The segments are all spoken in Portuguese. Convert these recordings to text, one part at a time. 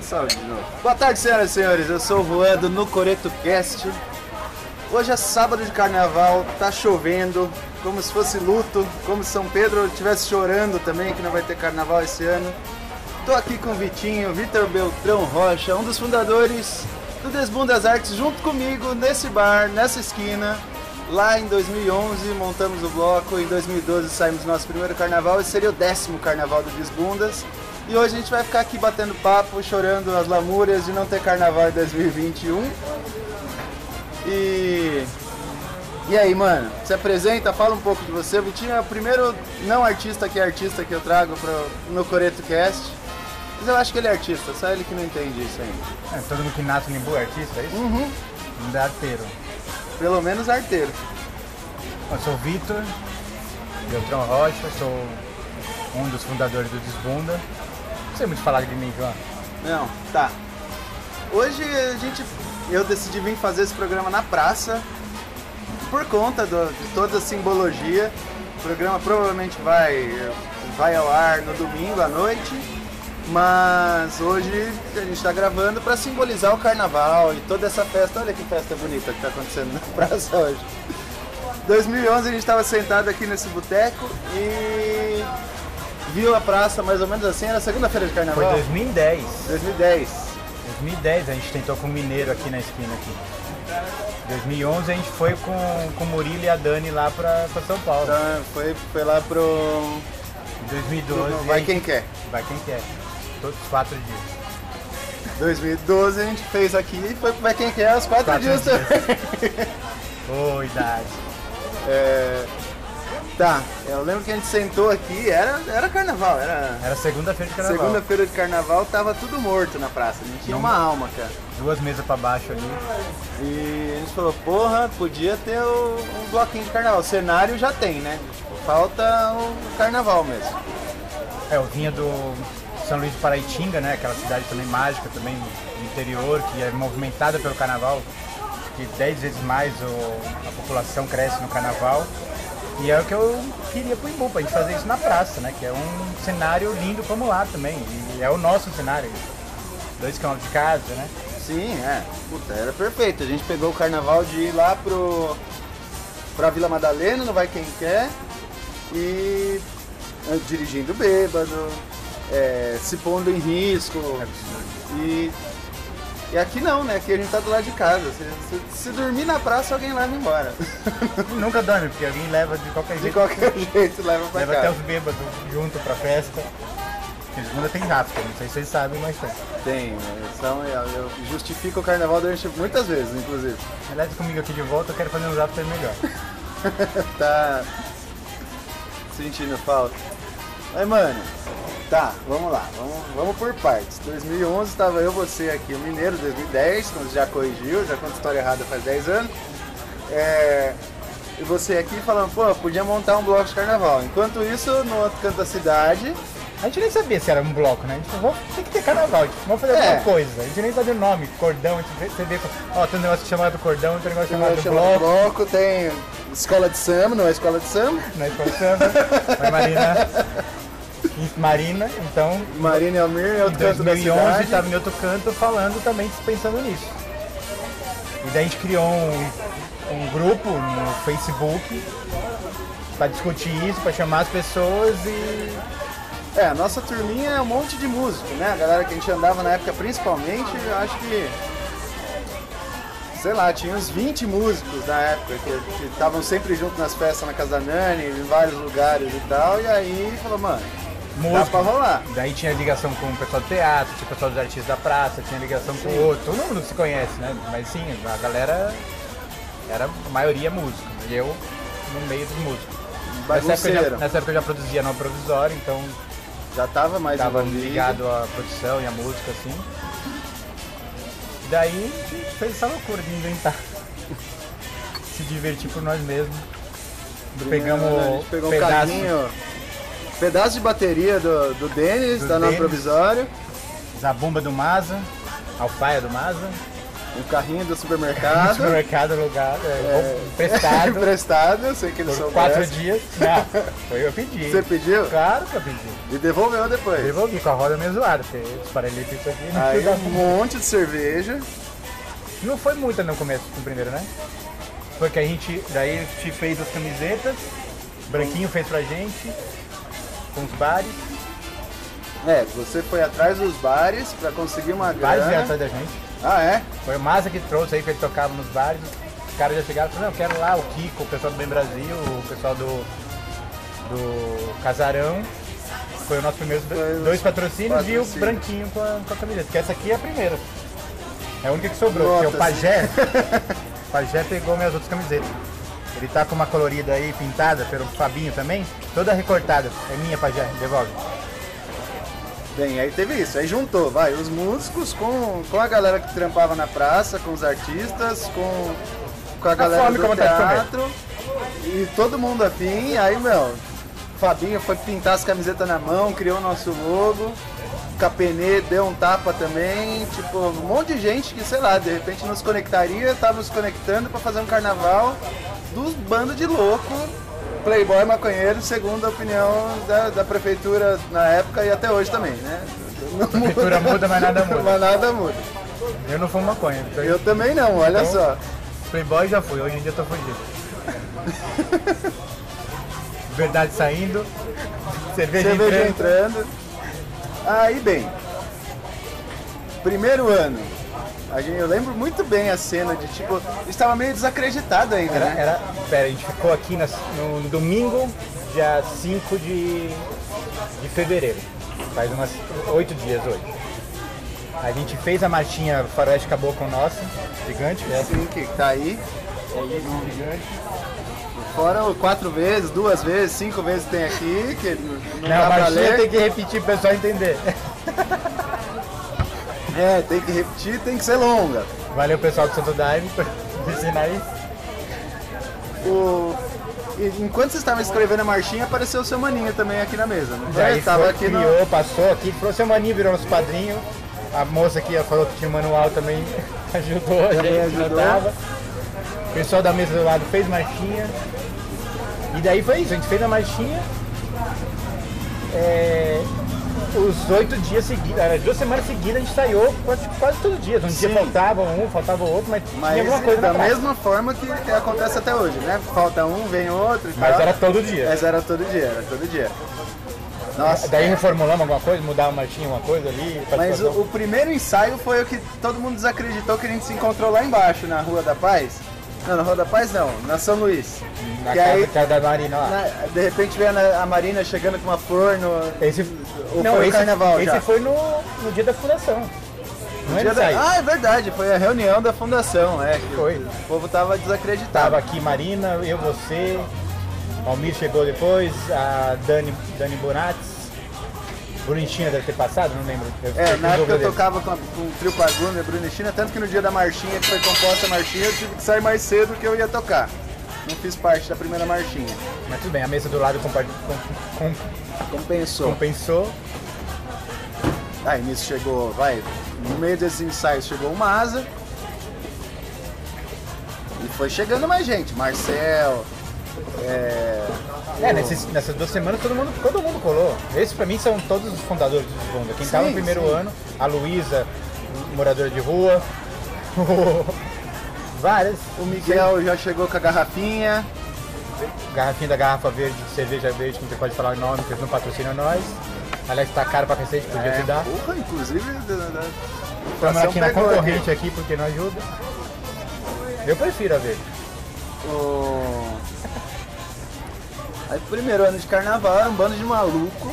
Salve de novo. Boa tarde, senhoras e senhores. Eu sou o Juan do No Coreto Cast. Hoje é sábado de carnaval, tá chovendo, como se fosse luto, como se São Pedro estivesse chorando também, que não vai ter carnaval esse ano. Tô aqui com o Vitinho, Vitor Beltrão Rocha, um dos fundadores do Desbundas Artes, junto comigo nesse bar, nessa esquina. Lá em 2011 montamos o bloco, em 2012 saímos do nosso primeiro carnaval, esse seria o décimo carnaval do Desbundas. E hoje a gente vai ficar aqui batendo papo, chorando as lamúrias de não ter carnaval em 2021. E. E aí, mano? Se apresenta, fala um pouco de você. O Vitinho é o primeiro não artista que é artista que eu trago pro, no Coreto Cast. Mas eu acho que ele é artista, só ele que não entende isso ainda. É, todo mundo que nasce em Imbu é artista, é isso? Uhum. Não dá arteiro. Pelo menos arteiro. Eu sou o Vitor, Beltrão Rocha, sou um dos fundadores do Desbunda. Não sei muito falar de mim, João. Não, tá. Hoje a gente. Eu decidi vir fazer esse programa na praça por conta do- de toda a simbologia. O programa provavelmente vai, vai ao ar no domingo à noite. Mas hoje a gente está gravando para simbolizar o carnaval e toda essa festa. Olha que festa bonita que está acontecendo na praça hoje. 2011 a gente estava sentado aqui nesse boteco e viu a praça mais ou menos assim. Era segunda-feira de Foi carnaval? 2010. 2010. 2010 a gente tentou com o Mineiro aqui na esquina aqui. 2011 a gente foi com, com o Murilo e a Dani lá pra, pra São Paulo. Então, foi, foi lá pro. Em pro 2012. Vai Quem Quer. Vai quem quer. Todos os quatro dias. 2012 a gente fez aqui e foi pro Vai Quem Quer aos quatro, Quatro dias dias. também. Ô, idade. É, Tá, eu lembro que a gente sentou aqui, era, era carnaval, era. Era segunda-feira de carnaval. Segunda-feira de carnaval tava tudo morto na praça, não tinha uma alma, cara. Duas mesas pra baixo ali. E a gente falou, porra, podia ter o- um bloquinho de carnaval. O cenário já tem, né? Tipo, Falta o carnaval mesmo. É, eu vinha do São Luís de Paraitinga, né? Aquela cidade também mágica, também do interior, que é movimentada pelo carnaval, que dez vezes mais o- a população cresce no carnaval. E é o que eu queria pro Imbu, pra gente fazer isso na praça, né? Que é um cenário lindo como lá também. E é o nosso cenário. Dois quilômetros de casa, né? Sim, é. Puta, era perfeito. A gente pegou o carnaval de ir lá pro. pra Vila Madalena, não vai quem quer. E. eh, dirigindo bêbado, eh, se pondo em risco. E. E aqui não, né? Aqui a gente tá do lado de casa. Se, se- se dormir na praça, alguém leva embora. Nunca dorme, porque alguém leva de qualquer De jeito. qualquer jeito, leva pra Leva casa. até os bêbados junto pra festa. Porque segunda tem Rafta, não sei se vocês sabem, mas tem. Tem, né? são, eu, eu justifico o carnaval durante muitas vezes, inclusive. Aliás, comigo aqui de volta, eu quero fazer um after melhor. tá sentindo falta. Mas, mano, tá, vamos lá, vamos, vamos por partes. 2011 estava eu, você aqui, o Mineiro, 2010, quando já corrigiu, já conta história errada faz 10 anos. É, e você aqui falando, pô, podia montar um bloco de carnaval. Enquanto isso, no outro canto da cidade, A gente nem sabia se era um bloco, né? A gente falou, vamos, tem que ter carnaval, tipo, vamos fazer É. alguma coisa. A gente nem sabia o nome, cordão, a gente vê- você vê, ó, tem um negócio chamado cordão, tem um negócio tem chamado chamado bloco, bloco, tem escola de samba, não é escola de samba. nós cortamos, foi Marina. E Marina, então, Marina e Almir é em outro canto da 2011 cidade. estava em tá outro canto falando também, pensando nisso. E daí a gente criou um, um grupo no Facebook pra discutir isso, pra chamar as pessoas e É, a nossa turminha é um monte de músico, né? A galera que a gente andava na época, principalmente, eu acho que. Sei lá, tinha uns 20 músicos na época que- que estavam sempre junto nas festas na Casa da Nani, em vários lugares e tal. E aí falou, mano, dá música. pra rolar. Daí tinha ligação com o pessoal do teatro, tinha o pessoal dos artistas da praça, tinha ligação com o outro. Todo mundo se conhece, né? Mas sim, a galera era a maioria músico. E eu no meio dos músicos. Nessa época, eu já, Bagunceiro. nessa época eu já produzia no provisório, então Já tava mais estava envolvido. ligado à produção e à música, assim. Daí a gente fez essa loucura de inventar. se divertir por nós mesmos. Pegamos Né? A gente pegou um pedaço. carrinho, pedaço de bateria do, do Denis, Do da nossa Denis. provisório. Zabumba do Maza, Alfaia do Maza, O um carrinho do supermercado. É. Supermercado alugado, é, emprestado. emprestado, eu sei que eles são Por quatro dessa. dias. Não, foi eu que pedi. Você pediu? Claro que eu pedi. E devolveu depois. Devolvi com a roda meio zoada, porque os paralímpicos aqui não Aí ajudam um monte de cerveja. Não foi muita no começo, no primeiro, né? Foi que a gente, daí a gente fez as camisetas, Branquinho fez pra gente, com os bares, É, você foi atrás dos bares pra conseguir uma bares vieram grana. atrás da gente. Ah, é? Foi o Massa que trouxe aí, que ele tocava nos bares, os caras já chegaram e falaram, não, eu quero lá o Kiko, o pessoal do Bem Brasil, o pessoal do, do Casarão. Foi o nosso primeiro, Foi os dois patrocínios e patrocínios. o Branquinho com a, com a camiseta, que essa aqui é a primeira. É a única que sobrou, Nota, porque o Pajé, o Pajé pegou minhas outras camisetas. Ele tá com uma colorida aí, pintada pelo Fabinho também, toda recortada. É minha, Pajé, devolve. Bem, aí teve isso. Aí juntou, vai, os músicos com, com a galera que trampava na praça, com os artistas, com, com a galera fome, com a do vontade de comer. teatro. E todo mundo afim. Aí, meu, Fabinho foi pintar as camisetas na mão, criou o nosso logo. Capenê deu um tapa também, tipo, um monte de gente que, sei lá, de repente nos conectaria, tava nos conectando pra fazer um carnaval dos bandos de louco, playboy maconheiro, segundo a opinião da, da prefeitura na época e até hoje também, né? Não Prefeitura muda, mas nada muda. Mas nada muda. Eu não fumo maconha, então Eu também não, olha Então- só. Playboy já fui, hoje em dia eu tô fugido. Verdade saindo, cerveja, Cerveja entrando. entrando. Aí bem. Primeiro ano. A gente, eu lembro muito bem a cena de tipo. eu Estava meio desacreditado ainda, Era, né? era, pera, a gente ficou aqui nas- no domingo, dia 5 de, de fevereiro. Faz umas oito dias hoje. A gente fez a marchinha Faroeste Caboclo nossa, gigante, né? Assim que tá aí. Gigante. Fora o quatro vezes, duas vezes, cinco vezes tem aqui, que não, Não, dá a pra marchinha ler. tem que repetir pro pessoal entender. É, tem que repetir, tem que ser longa. Valeu pessoal do Santo Daime por me ensinar isso. O... e enquanto vocês estavam escrevendo a marchinha, apareceu o seu maninho também aqui na mesa. Não foi? Daí É, Tava foi, aqui no... criou, passou aqui, falou seu maninho, virou nosso padrinho. A moça que falou que tinha o manual também ajudou a Também gente, ajudou. ajudava. O pessoal da mesa do lado fez marchinha. E daí foi isso, a gente fez a marchinha. É, os oito dias seguidos, era, duas semanas seguidas a gente saiu quase, quase todos os dias. Um Sim. dia faltava um, faltava outro, mas, Mas tinha alguma coisa da na praça. mesma forma que, que acontece até hoje, né? Falta um, vem outro e Mas tal. era todo dia. Mas era todo dia, era todo dia. É, Nossa. Daí reformulamos alguma coisa, mudava a marchinha, alguma coisa ali. Mas participação. o, o primeiro ensaio foi o que todo mundo desacreditou que a gente se encontrou lá embaixo, na Rua da Paz. Não, na Rua da Paz não, na São Luís. Hum, Na que casa, aí, casa da Marina lá. na- de repente, veio a, a Marina chegando com uma flor no, Esse Ou foi é o carnaval esse já? foi no, no dia da fundação. Não Dia era da- sair. Ah, é verdade, foi a reunião da fundação, né? que Foi. O povo tava desacreditado. Tava aqui Marina, eu, você, Almir chegou depois, a Dani, Dani Bonatti, Bonitinha deve ter passado, não lembro. Eu É, fiquei com na época eu dúvida tocava com, a- com o trio Paguna e a Bruna China, tanto que no dia da marchinha, que foi composta a marchinha, eu tive que sair mais cedo que eu ia tocar. Não fiz parte da primeira marchinha. dele. Mas tudo bem, a mesa do lado compa- com- com- Compensou. compensou. Aí nisso Ah, chegou, vai, no meio desses ensaios chegou o Maza. E foi chegando mais gente, Marcel. É, É, o- nesses- nessas duas semanas todo mundo, todo mundo colou. Esses pra mim são todos os fundadores do Esconda. Quem tava Sim, no primeiro sim. ano, a Luísa, moradora de rua, várias. o Miguel já chegou com a garrafinha. garrafinha da garrafa verde, de cerveja verde, que a gente pode falar o nome, que eles não patrocinam nós. Aliás, tá caro pra cacete, podia É, te dar. Porra, inclusive. Da, da... Estamos aqui na é um pegou concorrente aqui. porque não ajuda. Eu prefiro a verde. O... Aí primeiro ano de carnaval era um bando de maluco.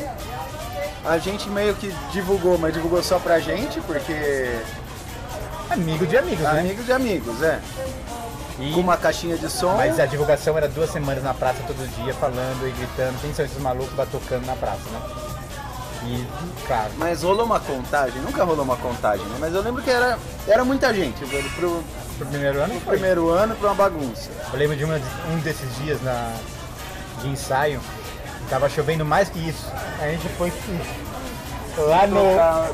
A gente meio que divulgou, mas divulgou só pra gente, porque. Amigo de amigos, né? Amigos de amigos, Ah, é. E- Com uma caixinha de som. Mas é- a divulgação era duas semanas na praça todo dia, falando e gritando. Quem são esses malucos batucando na praça, né? E, claro, Mas rolou uma contagem, nunca rolou uma contagem, né? Mas eu lembro que era, era muita gente, velho, pro pro primeiro ano foi. primeiro ano pra uma bagunça. Eu lembro de uma- um desses dias na, de ensaio, tava chovendo mais que isso. A gente foi lá É no, Tocar-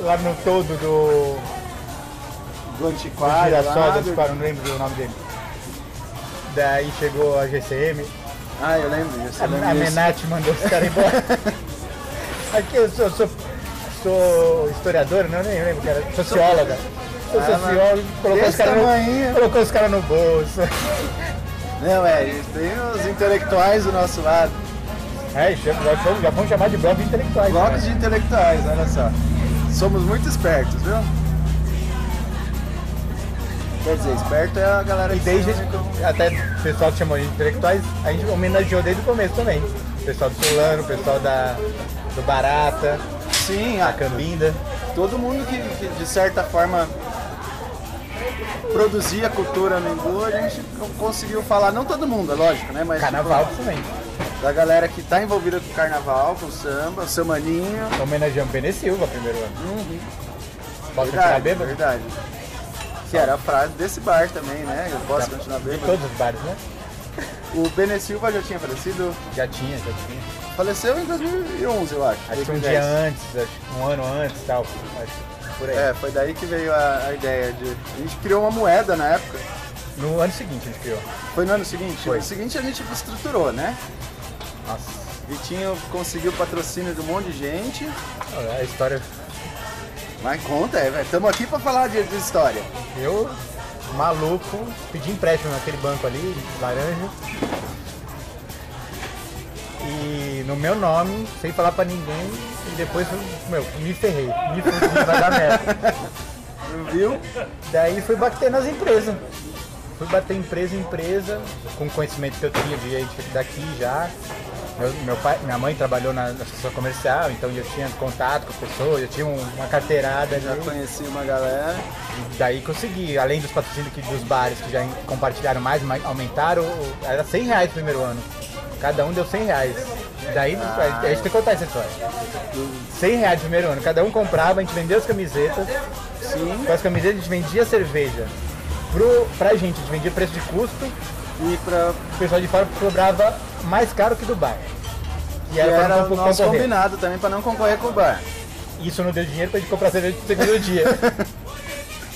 lá no todo do do Dos antiquário. girassóis, lá, antes para, não lembro o nome dele. Daí chegou a GCM, Ah, eu lembro disso. a, Eu a lembro disso. Menat mandou os caras embora. Aqui eu sou, sou, sou historiador, não nem lembro, cara, socióloga. Sou Ah, sociólogo, colocou os, desse cara tamanhinho. no, colocou os cara no bolso. Não, é, tem os intelectuais do nosso lado. É, já, já, vamos- já vamos chamar de blog intelectuais. Blocos né? de intelectuais, olha só. Somos muito espertos, viu? Quer dizer, esperto é a galera E que desde, se une com- até o pessoal que chamou de intelectuais, a gente homenageou desde o começo também. O pessoal do Solano, o pessoal da, do Barata, Sim, da a Cambinda. todo mundo que, que, de certa forma produzia cultura no Embu, a gente co- conseguiu falar, não todo mundo, é lógico, né? Mas tipo, Carnaval também. da galera que tá envolvida com o carnaval, com o samba, o samaninho. Homenageamos Bene Silva primeiro ano. Uhum. Posso continuar Verdade, bêbado? verdade. Que era a frase desse bar também, né? Eu posso continuar Tá. De bêbado. todos os bares, né? O Bene Silva já tinha falecido. Já tinha, já tinha. Faleceu em 2011, eu acho. Acho que um 2010. dia antes, acho que um ano antes e tal. Acho que por aí. É, foi daí que veio a, a ideia de. A gente criou uma moeda na época. No ano seguinte a gente criou. Foi no ano seguinte? Foi. No seguinte a gente estruturou, né? Nossa, Vitinho conseguiu patrocínio de um monte de gente. a história. Mas conta, é, velho. Estamos aqui pra falar de, de história. Eu, maluco, pedi empréstimo naquele banco ali, laranja. E no meu nome, sem falar pra ninguém, e depois, meu, me ferrei. Me ferrei, vai dar merda. Viu? Daí fui bater nas empresas. Fui bater empresa em empresa, com o conhecimento que eu tinha de gente daqui já. Meu, meu pai, minha mãe trabalhou na na associação comercial, então eu tinha contato com pessoas, eu tinha um- uma carteirada Já ali. conheci uma galera. E daí consegui, além dos patrocínios que, dos bares que já em- compartilharam mais, mas aumentaram, era 100 reais no primeiro ano. Cada um deu 100 reais. Daí, a gente tem que contar essa história. 100 reais no primeiro ano, cada um comprava, a gente vendeu as camisetas. Sim. Com as camisetas a gente vendia cerveja. Pro, pra gente, a gente vendia preço de custo, E pra. o pessoal de fora cobrava mais caro que do bar. E E era, era, pra não o co- nosso concorrer. combinado também pra não concorrer com o bar. Isso não deu dinheiro pra gente comprar cerveja no segundo dia.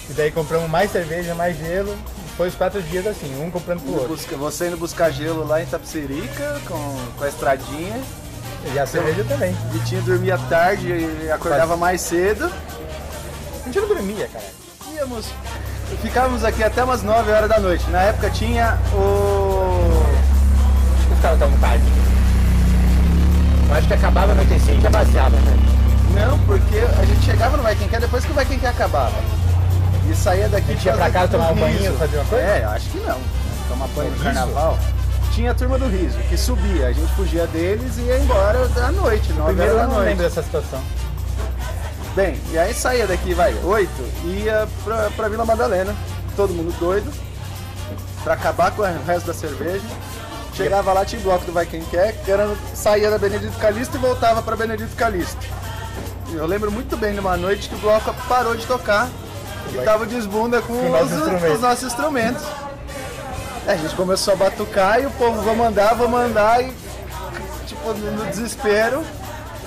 e daí compramos mais cerveja, mais gelo. e Foi os quatro dias assim, um comprando pro outro. Busca- você indo buscar gelo lá em Tapsirica com, com a estradinha. E a cerveja também. Vitinho dormia tarde e acordava mais cedo. A gente não dormia, cara. Íamos, ficávamos aqui até umas 9 horas da noite. Na época tinha o. Não ficava tão tarde. Eu acho que acabava no TC e já baseava, né? Não, porque a gente chegava no Vai Quem Quer depois que o Vai Quem Quer acabava. E saía daqui gente ia pra casa tomar um banho, fazer uma coisa? É, eu acho que não. Tomar banho Do no riso? carnaval. Tinha a turma do riso, que subia, a gente fugia deles e ia embora da noite, 9 Primeiro horas né? da eu não noite. lembro dessa situação. Bem, e aí saía daqui, vai, 8, ia pra, pra Vila Madalena, todo mundo doido, pra acabar com o resto da cerveja. Chegava lá, tinha o bloco do Vai Quem Quer, que era, saía da Benedito Calixto e voltava pra Benedito Calixto. Eu lembro muito bem de uma noite que o bloco parou de tocar e tava desbunda com, Com nossos os, instrumentos. os nossos instrumentos. É, a gente começou a batucar e o povo, vou mandar, vou mandar, e tipo, no no desespero,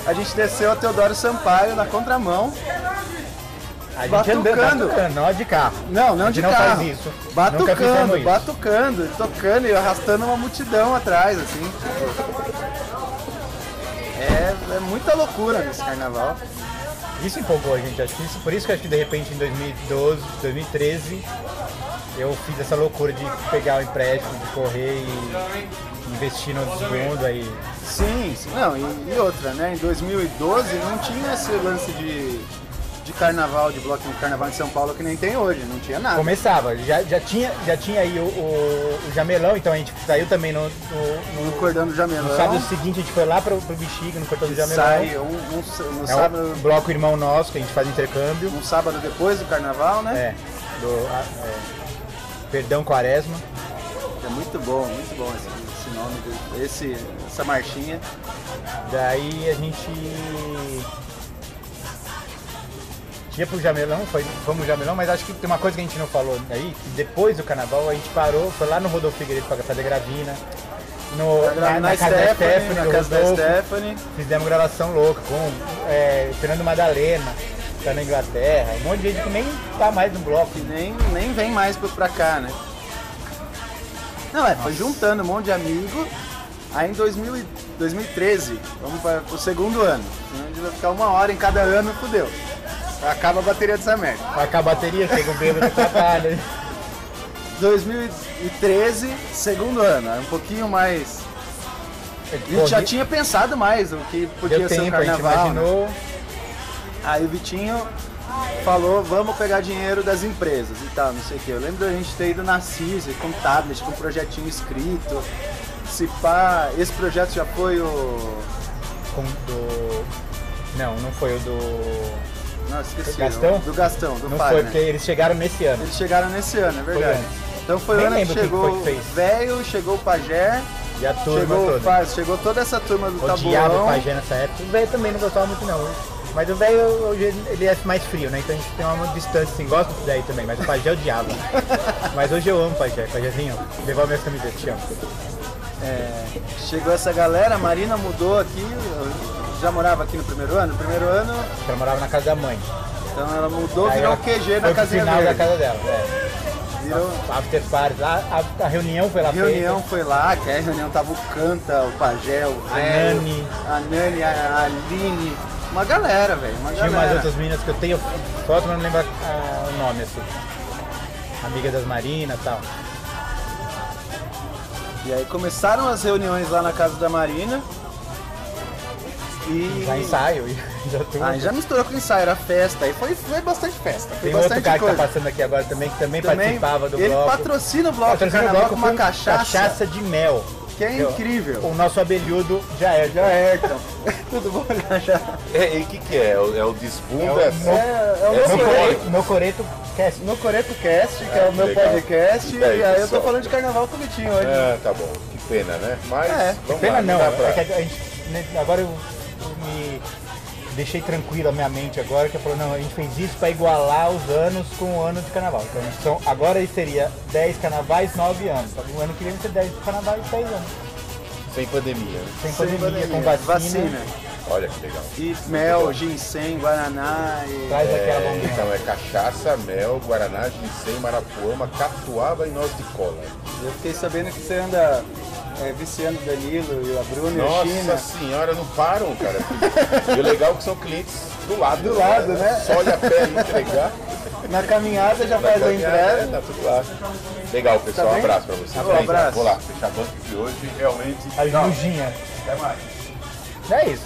a gente desceu a Teodoro Sampaio na contramão. A gente Batucando. andando, batucando, não de carro. Não, não A gente de não carro. faz isso. Nunca fizemos Batucando, isso. batucando, tocando e arrastando uma multidão atrás, assim. É, é muita loucura nesse carnaval. Isso empolgou a gente, acho que isso, por isso que acho que de repente em 2012, 2013, eu fiz essa loucura de pegar o empréstimo, de correr e investir no desbunda e Sim, sim. Não, e, e outra, né? Em 2012 não tinha esse lance de, de carnaval, de bloquinho de carnaval em São Paulo que nem tem hoje, não tinha é? nada. começava. Já, já, tinha, já tinha aí o, o- o jamelão, então a gente saiu também no, no, No cordão do no Jamelão, sábado seguinte, a gente foi lá pro, pro Bexiga, no Cortão do Jamelão. sai um, um- no é um sábado, bloco irmão nosso que a gente faz intercâmbio. um sábado depois do carnaval, né? É, do, a- é, Perdão Quaresma. É, muito bom, muito bom esse, esse nome, do- esse, essa marchinha. Daí a gente ia pro Jamelão, foi, fomos pro Jamelão, mas acho que tem uma coisa que a gente não falou aí, que depois do carnaval a gente parou, foi lá no Rodolfo Figueiredo pra fazer gravina, no, na, É, na casa da Tá Stephanie, na do casa da Rodolfo, Stephanie. fizemos gravação louca com é, Fernando Madalena, tá na Inglaterra, um monte de gente que nem tá mais no bloco. que nem, nem vem mais pra- pra cá, né? Não, é, foi juntando um monte de amigo. Aí em 2000 e- 2013, vamos para o segundo ano. Senão a gente vai ficar uma hora em cada ano, fudeu. Acaba a bateria dessa merda. Marcar a bateria, chega um bêbado pra cá, né? 2013, segundo ano, é um pouquinho mais. A gente já tinha pensado mais o que podia Deu ser o tempo, a gente carnaval. né? imaginou. Aí o Vitinho falou, vamos pegar dinheiro das empresas e tal, não sei o que. Eu lembro da gente ter ido na CISI com tablet, com um projetinho escrito. Se pá, esse projeto já foi o. Com, do... Não, não foi o do. Não, esqueci. Do Gastão? Do Gastão, do não Fábio. foi, né? porque eles chegaram nesse ano. Eles chegaram nesse ano, é verdade. antes. então foi Nem o ano que lembro quem chegou foi que o fez. velho, chegou o pajé, E a turma chegou o tá toda. Fábio, chegou toda essa turma do Odiava o tabuão. pajé nessa época. O velho também não gostava muito, não. Mas o velho, hoje, ele é mais frio, né? Então a gente tem uma distância, assim. Gosto do daí também, mas o pajé odiava. mas hoje eu amo o pajé. Pajézinho, levar minhas camisetas, te amo. É, chegou essa galera, a Marina mudou aqui, eu já morava aqui no primeiro ano. No primeiro ano, Ela morava na casa da mãe. então ela mudou, Aí virou ela o QG foi na pro casinha final dele. da casa dela, é. Virou... After party, lá, a, a reunião foi lá A reunião foi lá, que aí a reunião tava o Canta, o Pagé, o A Velho, Nani. a Nani, a Aline, uma galera, velho, uma Tinha umas galera. outras meninas que eu tenho foto, mas não lembro ah, o nome, assim. Amiga das Marinas e tal. E aí começaram as reuniões lá na casa da Marina. E Já ensaio, e já tudo. Aí já misturou com ensaio, era festa, aí foi, foi bastante festa, foi Tem um outro bastante cara que coisa. tá passando aqui agora também, que também, Também, participava do ele bloco. patrocina o bloco, Patrocina o o carnaval com uma com cachaça, cachaça de mel. que é Eu- incrível. O nosso abelhudo já é. Já é, então. Tudo bom, cachaça? É, e o que, que é? É o, é o desbunda? É o É É, só- é o É meu só- sonho. No Coreto, esquece. No Coreto Cast, que é o que meu legal. podcast, E aí, e aí eu tô pessoal? falando de carnaval com o Vitinho hoje. Ah, tá bom. Que pena, né? Mas É, vamos Pena lá, não, dá pra- é que a gente, né, agora eu, eu me deixei tranquila a minha mente agora, que é falou, não, a gente fez isso para igualar os anos com o ano de carnaval. Então, a gente são, agora seria 10 carnavais, 9 anos. Então, o ano que vem vai ser 10 carnavais, 10 anos. Sem pandemia. né? Sem, Sem pandemia, com pandemia. vacina. Olha que legal. E mel, ginseng, guaraná e... Traz aquela né? É, bombinha. então é cachaça, mel, guaraná, ginseng, marapuama, catuaba e noz de cola. Eu fiquei sabendo que você anda é, viciando o Danilo e a Bruna e a Nossa China. senhora, não param, cara. E o legal é que são clientes do lado. Do lado, né? Só ir a pé e entregar. Na caminhada já faz a É, entrega. tá tudo lá. Legal, pessoal. Tá um bem? abraço pra vocês. Tá bom, Obrigado. abraço. Vou lá, fechar banco de hoje. Realmente. A Tchau. Jujinha. Até mais. É isso,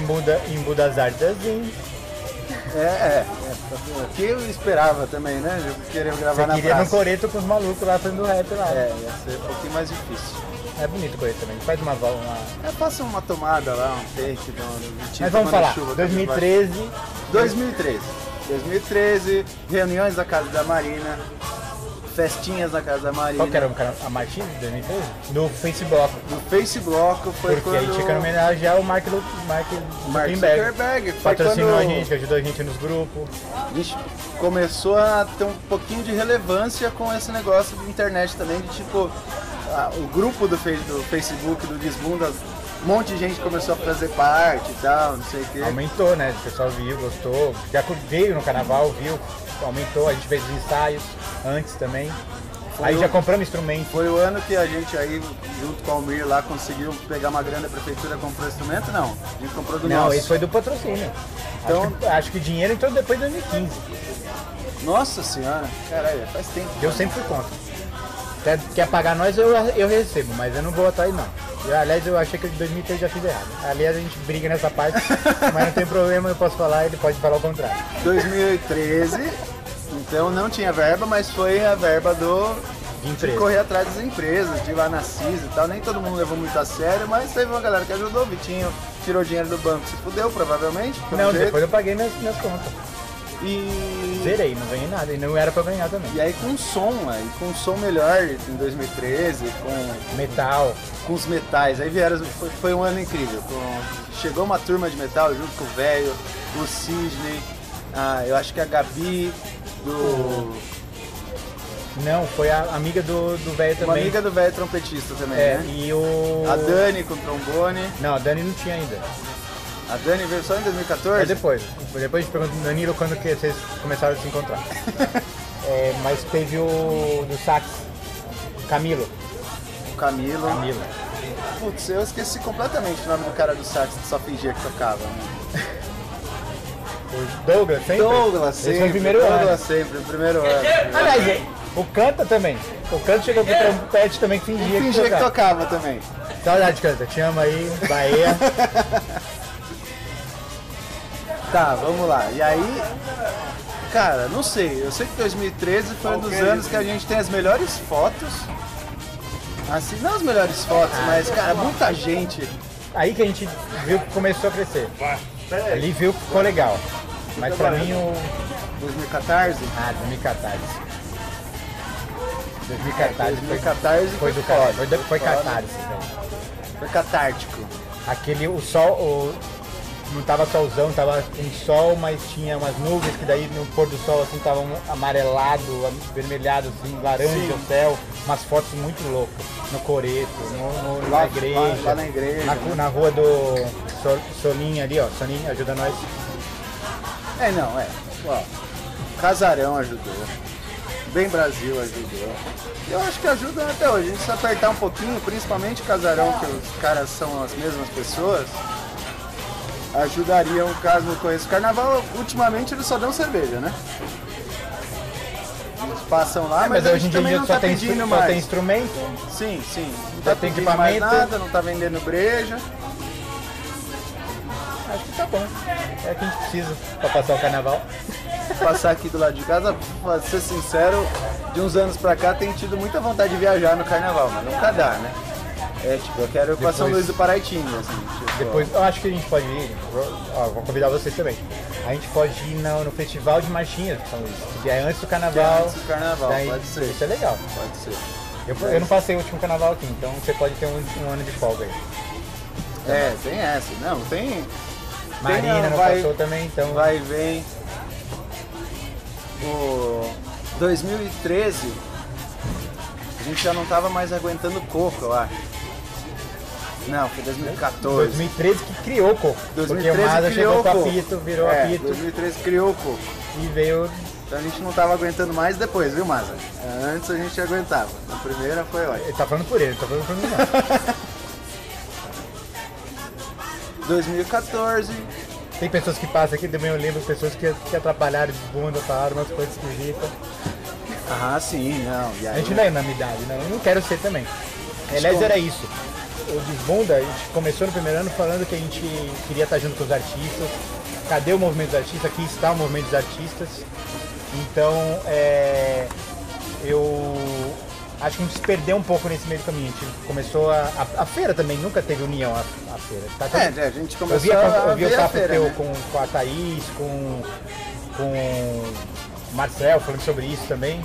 em Buda, em Buda assim, Zardazinho. É, é. é. O que eu esperava também, né? Eu queria gravar Você na queria no praça. Coreto com os malucos lá fazendo rap lá. É, É, ia ser um pouquinho mais difícil. bonito o Coreto também, faz uma volta. Uma... Eu faço uma tomada lá, um take do do Vitinho. Mas tomando vamos falar, chuva, 2013, 2013. 2013, reuniões na casa da Marina, festinhas na casa da Marina. qual que era o cara, a Martins de 2013? No Facebook. No Face Bloco foi Porque quando... aí tinha que homenagear o Mark, Lu, Mark Mark Zuckerberg. Zuckerberg foi Patrocinou quando a gente, ajudou a gente nos grupos. a gente começou a ter um pouquinho de relevância com esse negócio de internet também, de tipo, a- o grupo do, Face- do Facebook, do Desbundas, um monte de gente começou a fazer parte e tal, não sei o quê. Aumentou, né? O pessoal viu, gostou. Já cu- veio no carnaval, viu? Aumentou, a gente fez os ensaios antes também. Foi aí já o- compramos instrumento. Foi o ano que a gente aí, junto com o Almir lá, conseguiu pegar uma grana, a prefeitura comprou instrumento? Não, a gente comprou do Não, nosso. esse foi do patrocínio. Então- Acho, que, acho que o dinheiro entrou depois de 2015. Nossa senhora, caralho, faz tempo. Eu sempre fui contra. Até quer pagar nós, eu, eu recebo, mas eu não vou atrás não. Eu, aliás, eu achei que de 2003 já fiz errado. Aliás, a gente briga nessa parte, mas não tem problema, eu posso falar, ele pode falar o contrário. 2013, então não tinha verba, mas foi a verba do De de empresa. correr atrás das empresas, de ir lá na CIS e tal. Nem todo mundo levou muito a sério, mas teve uma galera que ajudou. O Vitinho tirou dinheiro do banco, se fudeu, provavelmente. por um Não, jeito. depois eu paguei minhas, minhas contas. E... Zerei, não ganhei nada, e não era pra ganhar também. e aí com som, aí com som melhor em 2013, com, Metal, com os metais. Aí vieram, foi, foi um ano incrível. com- Chegou uma turma de metal junto com o velho, o Sidney, ah, eu acho que a Gabi, do, não, foi a amiga do do velho uma também. amiga do velho trompetista também, é, né? e o... A Dani com trombone. Não, a Dani não tinha ainda. A Dani veio só em 2014? É depois. Depois a gente pergunta pro Danilo quando que vocês começaram a se encontrar. É, mas teve o do sax, Camilo. O Camilo. Camilo. Putz, eu esqueci completamente o nome do cara do sax que só fingia que tocava. né? O Douglas, sempre? Douglas, Esse foi sempre. o primeiro ano. Douglas, sempre. O primeiro ano. Aliás, é, o Canta também. O Canta chegou pro trompete também que E fingia, fingia que tocava. tocava também. Saudade, Canta. Te amo aí, Bahia. Tá, vamos lá. E aí, cara, não sei. Eu sei que 2013 foi um dos anos que a gente tem as melhores fotos. Assim, não as melhores fotos, Ah, mas, cara, muita gente. Aí que a gente viu que começou a crescer. Ali viu que ficou legal. Mas pra mim o. 2014? Ah, 2014. 2014 foi, 2014 foi do foda, caralho. Foi, foi foda, catarse, então. velho. Foi catártico. Aquele, o sol. O, não tava solzão, tava um sol, mas tinha umas nuvens que daí no pôr do sol assim tava um amarelado, avermelhado, assim, laranja Sim. o céu. Umas fotos muito loucas. No coreto, no, no- Lá- na igreja. lá- lá na igreja, Na, né? na rua do Sol- Solinha ali, ó. Solinha ajuda nós. É, não, é. Ó, Casarão ajudou. Bem Brasil ajudou. Eu acho que ajuda até hoje. A gente se apertar um pouquinho, principalmente Casarão, que os caras são as mesmas pessoas, ajudariam caso não conheça o carnaval. Ultimamente eles só dão cerveja, né? Eles passam lá, É, Ah, mas, mas a hoje em gente dia também não só, tá tem, pedindo instru- só mais. tem instrumento, Sim, sim. Não Só tá tem pedindo mais equipamento. nada, não tá vendendo breja. acho que tá bom. É o que a gente precisa pra passar o carnaval. passar aqui do lado de casa, pra ser sincero, de uns anos pra cá tem tido muita vontade de viajar no carnaval, mas nunca dá, né? É, tipo, eu quero ir pra São Depois- Luís do Paraitinga, assim, tipo, Depois, eu acho que a gente pode ir, vou- ó, vou convidar vocês também. A gente pode ir no, no festival de marchinhas de São Luís, que é antes do carnaval. antes do carnaval, pode ser. Isso é legal. ó, pode ser. Eu, eu não passei o último carnaval aqui, então você pode ter um, um ano de folga aí. É, tem essa, não, tem, Marina não, não vai- passou também, então vai e vem. O 2013, a gente já não tava mais aguentando coco, eu acho. Não, foi 2014. 2013 que criou o coco. porque o 2013 Maza criou chegou o com coco. apito, virou é, apito 2013 criou o coco. e veio Então a gente não tava aguentando mais depois, viu, Maza? Antes a gente aguentava. A primeira foi ótima. Ele tá falando por ele, não tá falando por mim não. 2014. Tem pessoas que passam aqui, também eu lembro pessoas que, que atrapalharam de bunda, falaram umas coisas esquisitas. Ah, sim, não. E A aí, gente não é unanimidade, não. Eu não quero ser também. Aliás, era isso. O de bunda, a gente começou no primeiro ano falando que a gente queria estar junto com os artistas. Cadê o movimento dos artistas? Aqui está o movimento dos artistas. Então, é, eu acho que a gente se perdeu um pouco nesse meio do caminho. A gente começou a, a, a feira também, nunca teve união a, a feira. Tá É, tendo- né, a gente Eu vi, começou a- a eu vi ver o a papo feira, teu né? com, com a Thaís, com, com o Marcel falando sobre isso também.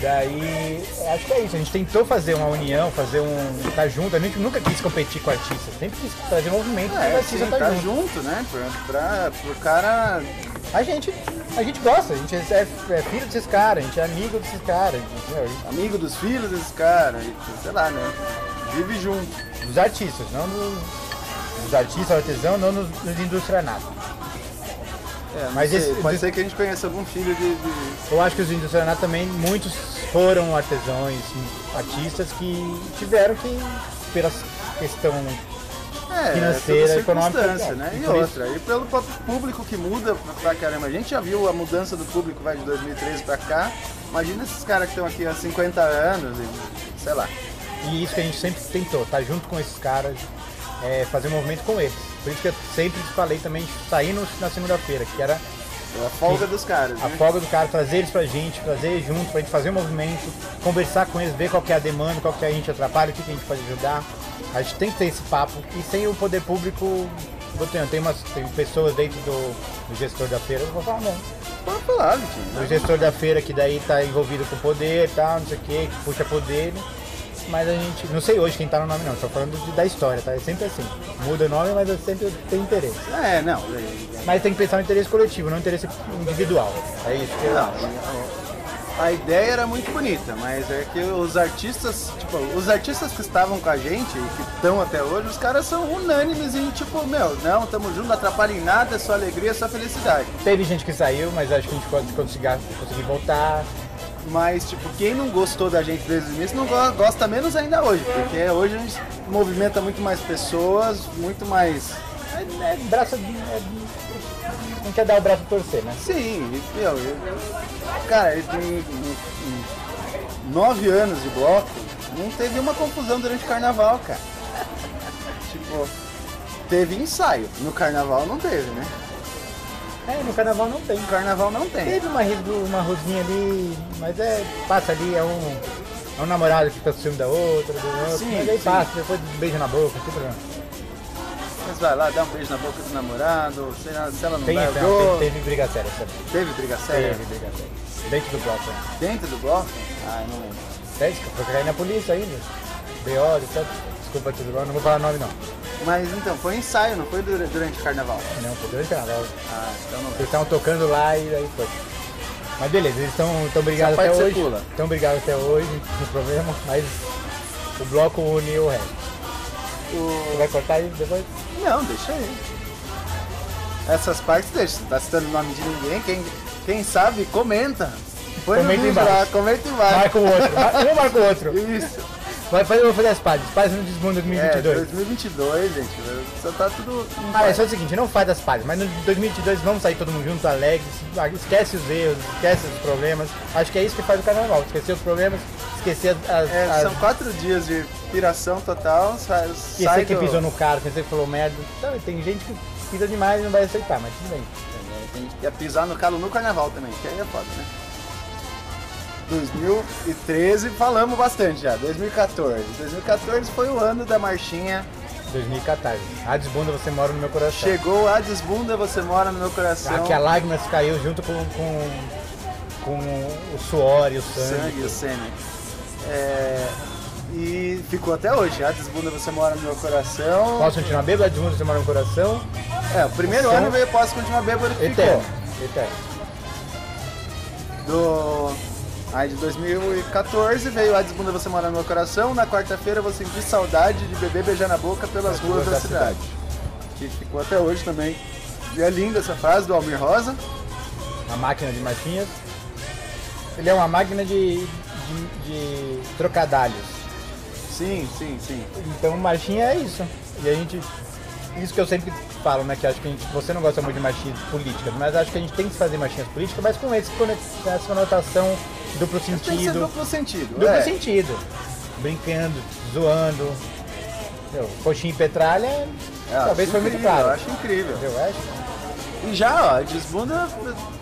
Daí, acho que é isso. A gente tentou fazer uma união, fazer um. tá junto. A gente nunca quis competir com artistas, sempre quis fazer movimento É, o sim, artista tá tá junto. junto, né? Pra, pra, pro cara. A gente, a gente gosta, a gente é, é filho desses caras, a gente é amigo desses caras, entendeu? Amigo dos filhos desse cara, e, sei lá, né? Vive junto. dos artistas, não dos, dos artistas artesãos, não dos, dos industrianatos. É, não Mas sei, esse- pode esse- ser que a gente conheça algum filho de. de- Eu acho que os industrianatos também, muitos foram artesãos, artistas que tiveram que, pela questão. É, Financeira, toda econômica, circunstância, é. né? E E por isso- outra. E pelo próprio público que muda pra caramba. A gente já viu a mudança do público vai de 2013 pra cá. Imagina esses caras que estão aqui há 50 anos e sei lá. E isso que a gente sempre tentou, estar junto com esses caras, é, fazer movimento com eles. Por isso que eu sempre falei também de sair no- na segunda-feira, que era É a folga dos caras, a né? folga do cara, trazer eles pra gente, trazer junto, pra gente fazer o movimento, conversar com eles, ver qual que é a demanda, qual que a gente atrapalha, o que, que a gente pode ajudar. A gente tem que ter esse papo e sem o poder público, eu tenho, tem, umas, tem pessoas dentro do, do gestor da feira, eu vou falar não. Pode falar, Vitinho. né? O gestor da feira que daí tá envolvido com poder e tal, não sei o que, que puxa poder. né? Mas a gente. Não sei hoje quem tá no nome não, tô falando de- da história, tá? É sempre assim. Muda o nome, mas eu sempre tenho interesse. É, não. é- Mas tem que pensar no interesse coletivo, não no interesse individual. É isso que eu Não, acho. a ideia era muito bonita, mas é que os artistas, tipo, os artistas que estavam com a gente e que estão até hoje, os caras são unânimes em tipo, meu, não, tamo junto, não atrapalha em nada, é só alegria, é só felicidade. Teve gente que saiu, mas acho que a gente pode conseguir, conseguir voltar. Mas, tipo, quem não gostou da gente desde o início não go- gosta menos ainda hoje, porque hoje a gente movimenta muito mais pessoas, muito mais. É, é braço. É, não quer dar o braço a torcer, né? Sim, e, meu, eu- cara, em- em- em nove anos de bloco, não teve uma confusão durante o carnaval, cara. Tipo, teve ensaio, no carnaval não teve, né? É, no carnaval não tem. No carnaval não tem. Teve uma, ris- uma rosminha ali, mas é. passa ali, é um. É um namorado que tá ciúme da outra, do outro, Sim, mas aí sim. passa, depois beija na boca, não tem problema. Mas vai lá, dá um beijo na boca do namorado, se ela, se ela não Tem, dá, tem, eu Tá. dou. tem, teve briga séria, sabe? Teve briga séria Teve briga séria. Dentro do bloco, né? dentro do bloco? Ah, eu não lembro. Sério, foi cair na polícia ainda. B.O., sabe? Desculpa, tudo bom, não vou falar nome não. Mas então, foi ensaio, não foi dura- durante o carnaval. Não, foi durante o carnaval. Ah, então não Eles estavam tocando lá e aí foi. Mas beleza, eles estão brigados Essa até parte você hoje. pula. Estão brigados até hoje, não tem problema, mas o bloco uniu o resto. Você O- vai cortar aí depois? Não, deixa aí. Essas partes deixa, não tá citando o nome de ninguém, quem, quem sabe, comenta. Põe Comenta no vídeo embaixo. lá, comenta embaixo. Marca o outro. mar- Um marca o outro. Isso. Vai fazer, eu vou fazer as pazes. Pazes no Desmundo É, 2022. 2022, gente, só tá tudo... em Ah, é paz. só o seguinte, não faz as pazes, mas no 2022 vamos sair todo mundo junto, alegre, esquece os erros, esquece os problemas. Acho que é isso que faz o carnaval, esquecer os problemas, esquecer as... as- É, as- são quatro dias de piração total, sai, sai esquecer que do- pisou no carro, esquecer que falou merda. Então, tem gente que pisa demais e não vai aceitar, mas tudo bem. Tem gente que ia pisar no calo no carnaval também, que aí é foda, né? 2013 falamos bastante já, 2014. 2014 foi o ano da marchinha. 2014. A desbunda você mora no meu coração. Chegou a desbunda, você mora no meu coração. Aqui a lágrima caiu junto com, com, com o suor e o sangue. sangue, o sêmen. É, E ficou até hoje. A desbunda, você mora no meu coração. Posso continuar bêbado? A desbunda você mora no coração. É, o primeiro Sangue. ano veio Posso Continuar Bêbado que Eterno. ficou. Eterno. Do... Aí de 2014 veio A Desbunda Você Mora no Meu Coração. Na quarta-feira vou sentir saudade de beber beijar na boca pelas ruas da, cidade. Que ficou até hoje também. E é linda essa frase do Almir Rosa. Uma máquina de marchinhas. Ele é uma máquina de, de, de trocadalhos. Sim, sim, sim. Então marchinha é isso. E a gente. Isso que eu sempre falo, né? Que acho que a gente, você não gosta muito de marchinhas políticas, mas acho que a gente tem que fazer marchinhas políticas, mas com esse, conex- essa conotação duplo Tem que ser sentido. duplo sentido. Duplo é. sentido. Brincando, zoando. Meu, coxinha e petralha, Eu acho talvez foi muito incrível, É, Eu claro. acho incrível. Eu acho. E já, ó, a desbunda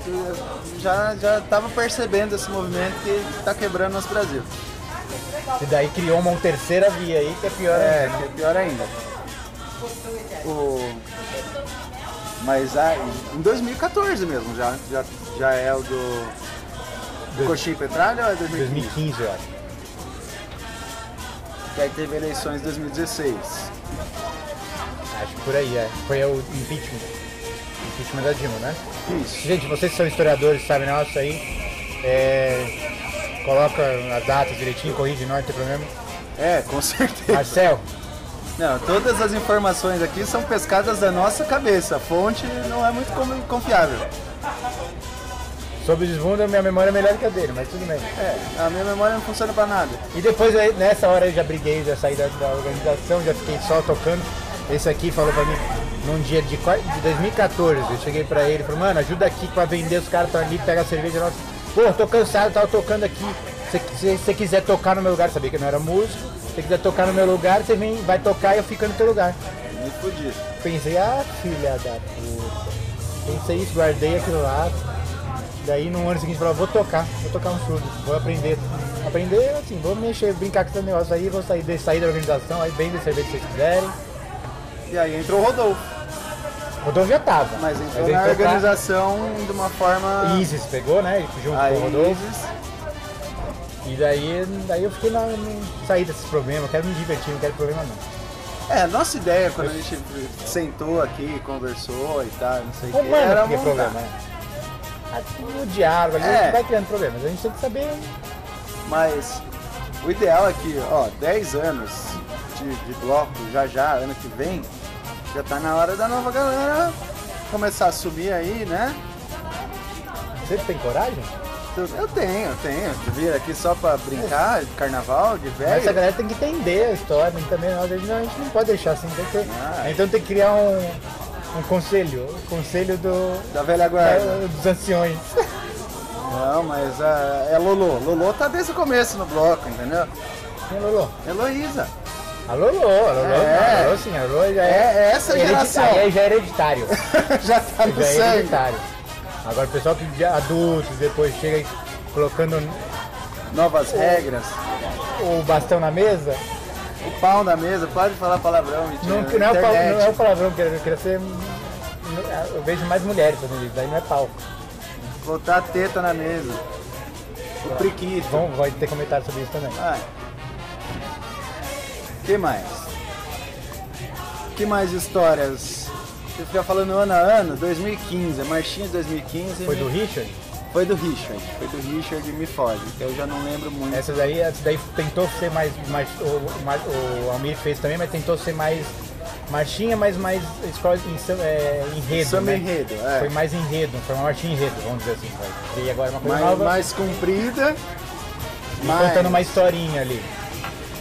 eh, já, já tava percebendo esse movimento que tá quebrando nosso Brasil. E daí criou uma terceira via aí que é pior. É, ainda. que é pior ainda. O... Mas aí, em 2014 mesmo, já, já, já é o do Dois- Coxinha e Petralha ou é 2015? 2015, eu acho. Que aí teve eleições em 2016. Acho que por aí, é. Foi o impeachment. Impeachment da Dilma, né? Isso. Gente, vocês que são historiadores, sabem nossa aí. É, coloca as datas direitinho, corrige, não, não tem problema. É, com certeza. Marcel, Não, todas as informações aqui são pescadas da nossa cabeça. A fonte não é muito com- confiável. sobre o desbunda, minha memória é melhor que a dele, mas tudo bem. É, a minha memória não funciona pra nada. E depois, aí, nessa hora, eu já briguei, já saí da, da organização, já fiquei só tocando. Esse aqui falou pra mim, num dia de, qua- de 2014, eu cheguei pra ele, falei, mano, ajuda aqui pra vender, os caras estão ali, pega a cerveja, nossa, pô, tô cansado, tava tocando aqui. Se se você quiser tocar no meu lugar, sabia que eu não era músico, se você quiser tocar no meu lugar, você vem, vai tocar e eu fico no teu lugar. Me fudi. Pensei, ah, filha da puta. Pensei isso, guardei aquilo lá. Daí no ano seguinte eu falei, vou tocar, vou tocar um surdo, vou aprender. Aprender assim, vou mexer, brincar com esse negócio aí, vou sair, de- sair da organização, aí bem de cerveja se vocês quiserem. E aí entrou o Rodolfo. Rodolfo já tava. Mas entrou ele na tocou- organização de uma forma. Isis pegou, né? Junto Aí, com o Rodolfo. E daí, daí eu fiquei na. na- saí desses problemas, eu quero me divertir, não quero problema não. É, nossa ideia quando a gente sentou aqui, conversou e tal, não sei o que, Humano, era porque montar. problema. né? o diálogo ali É. vai criando problemas. A gente tem que saber. Mas o ideal é que, ó, 10 anos de, de bloco, já já, ano que vem, já tá na hora da nova galera começar a subir aí, né? Você tem coragem? Eu eu tenho, eu tenho. Vir aqui só pra brincar, de carnaval, de Mas essa velho. galera tem que entender a história, mas também nós, a gente não- a gente não pode deixar assim, tem que. Ah. Então tem que criar um, um conselho, o conselho do, Da velha guarda. é, dos anciões. Não, mas ah, é Lolo. Lolo tá desde o começo no bloco, entendeu? Quem é Lolo? Heloísa. A Lolo, a Lolo, É. a Lolo sim, a Lolo já É, é. é essa heredi- geração. Aí já é hereditário. já tá no já é sangue. hereditário. Agora o pessoal que de adultos depois chega aí colocando é Novas regras. o bastão na mesa, O pau na mesa, pode falar palavrão, mentira. não, na não é, o pau- internet. não é o palavrão que eu queria ser. Eu vejo mais mulheres fazendo isso, daí não é pau. Botar a teta na mesa. O priquito. Vão, vai ter comentário sobre isso também. Vai. Que mais? Que mais histórias? Você fica falando ano a ano, 2015, a marchinha de 2015 Foi do Richard? foi do Richard, foi do Richard Me Fode, que eu já não lembro muito. Essa daí, essa daí tentou ser mais. mais o, mais- o Almir fez também, mas tentou ser mais. Marchinha, mas mais escola em, sam- é, enredo. Samba né? enredo, é. Foi mais enredo, foi uma marchinha enredo, vamos dizer assim. vai. E agora é uma coisa mais, nova, mais comprida, e mais- contando uma historinha ali.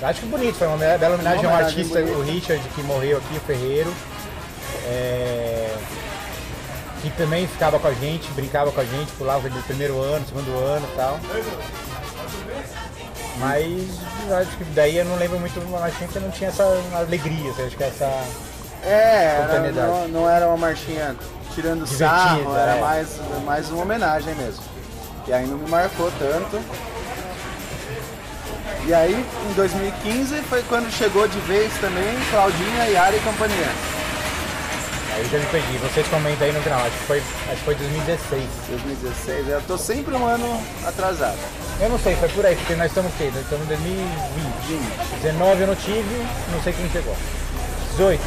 Eu Acho que bonito, foi uma bela bela homenagem a um homenagem artista, bonita. o Richard, que morreu aqui, o Ferreiro. é, que também ficava com a gente, brincava com a gente, pulava do primeiro ano, segundo ano e tal. Mas eu acho que daí eu não lembro muito, acho que não tinha essa alegria, assim, acho que essa. É, era, Espontaneidade. não, não era uma marchinha tirando Divertida, sarro, era é. mais, mais uma homenagem mesmo. E aí não me marcou tanto. E aí, em 2015, foi quando chegou de vez também Claudinha, Yara e companhia. Aí eu já me perdi, vocês comentam aí no final, acho que foi, acho que foi 2016. 2016, eu tô sempre um ano atrasado. Eu não sei, foi por aí, porque nós estamos o quê? Nós estamos em 2020. 20. 19 eu não tive, não sei quem chegou. 18.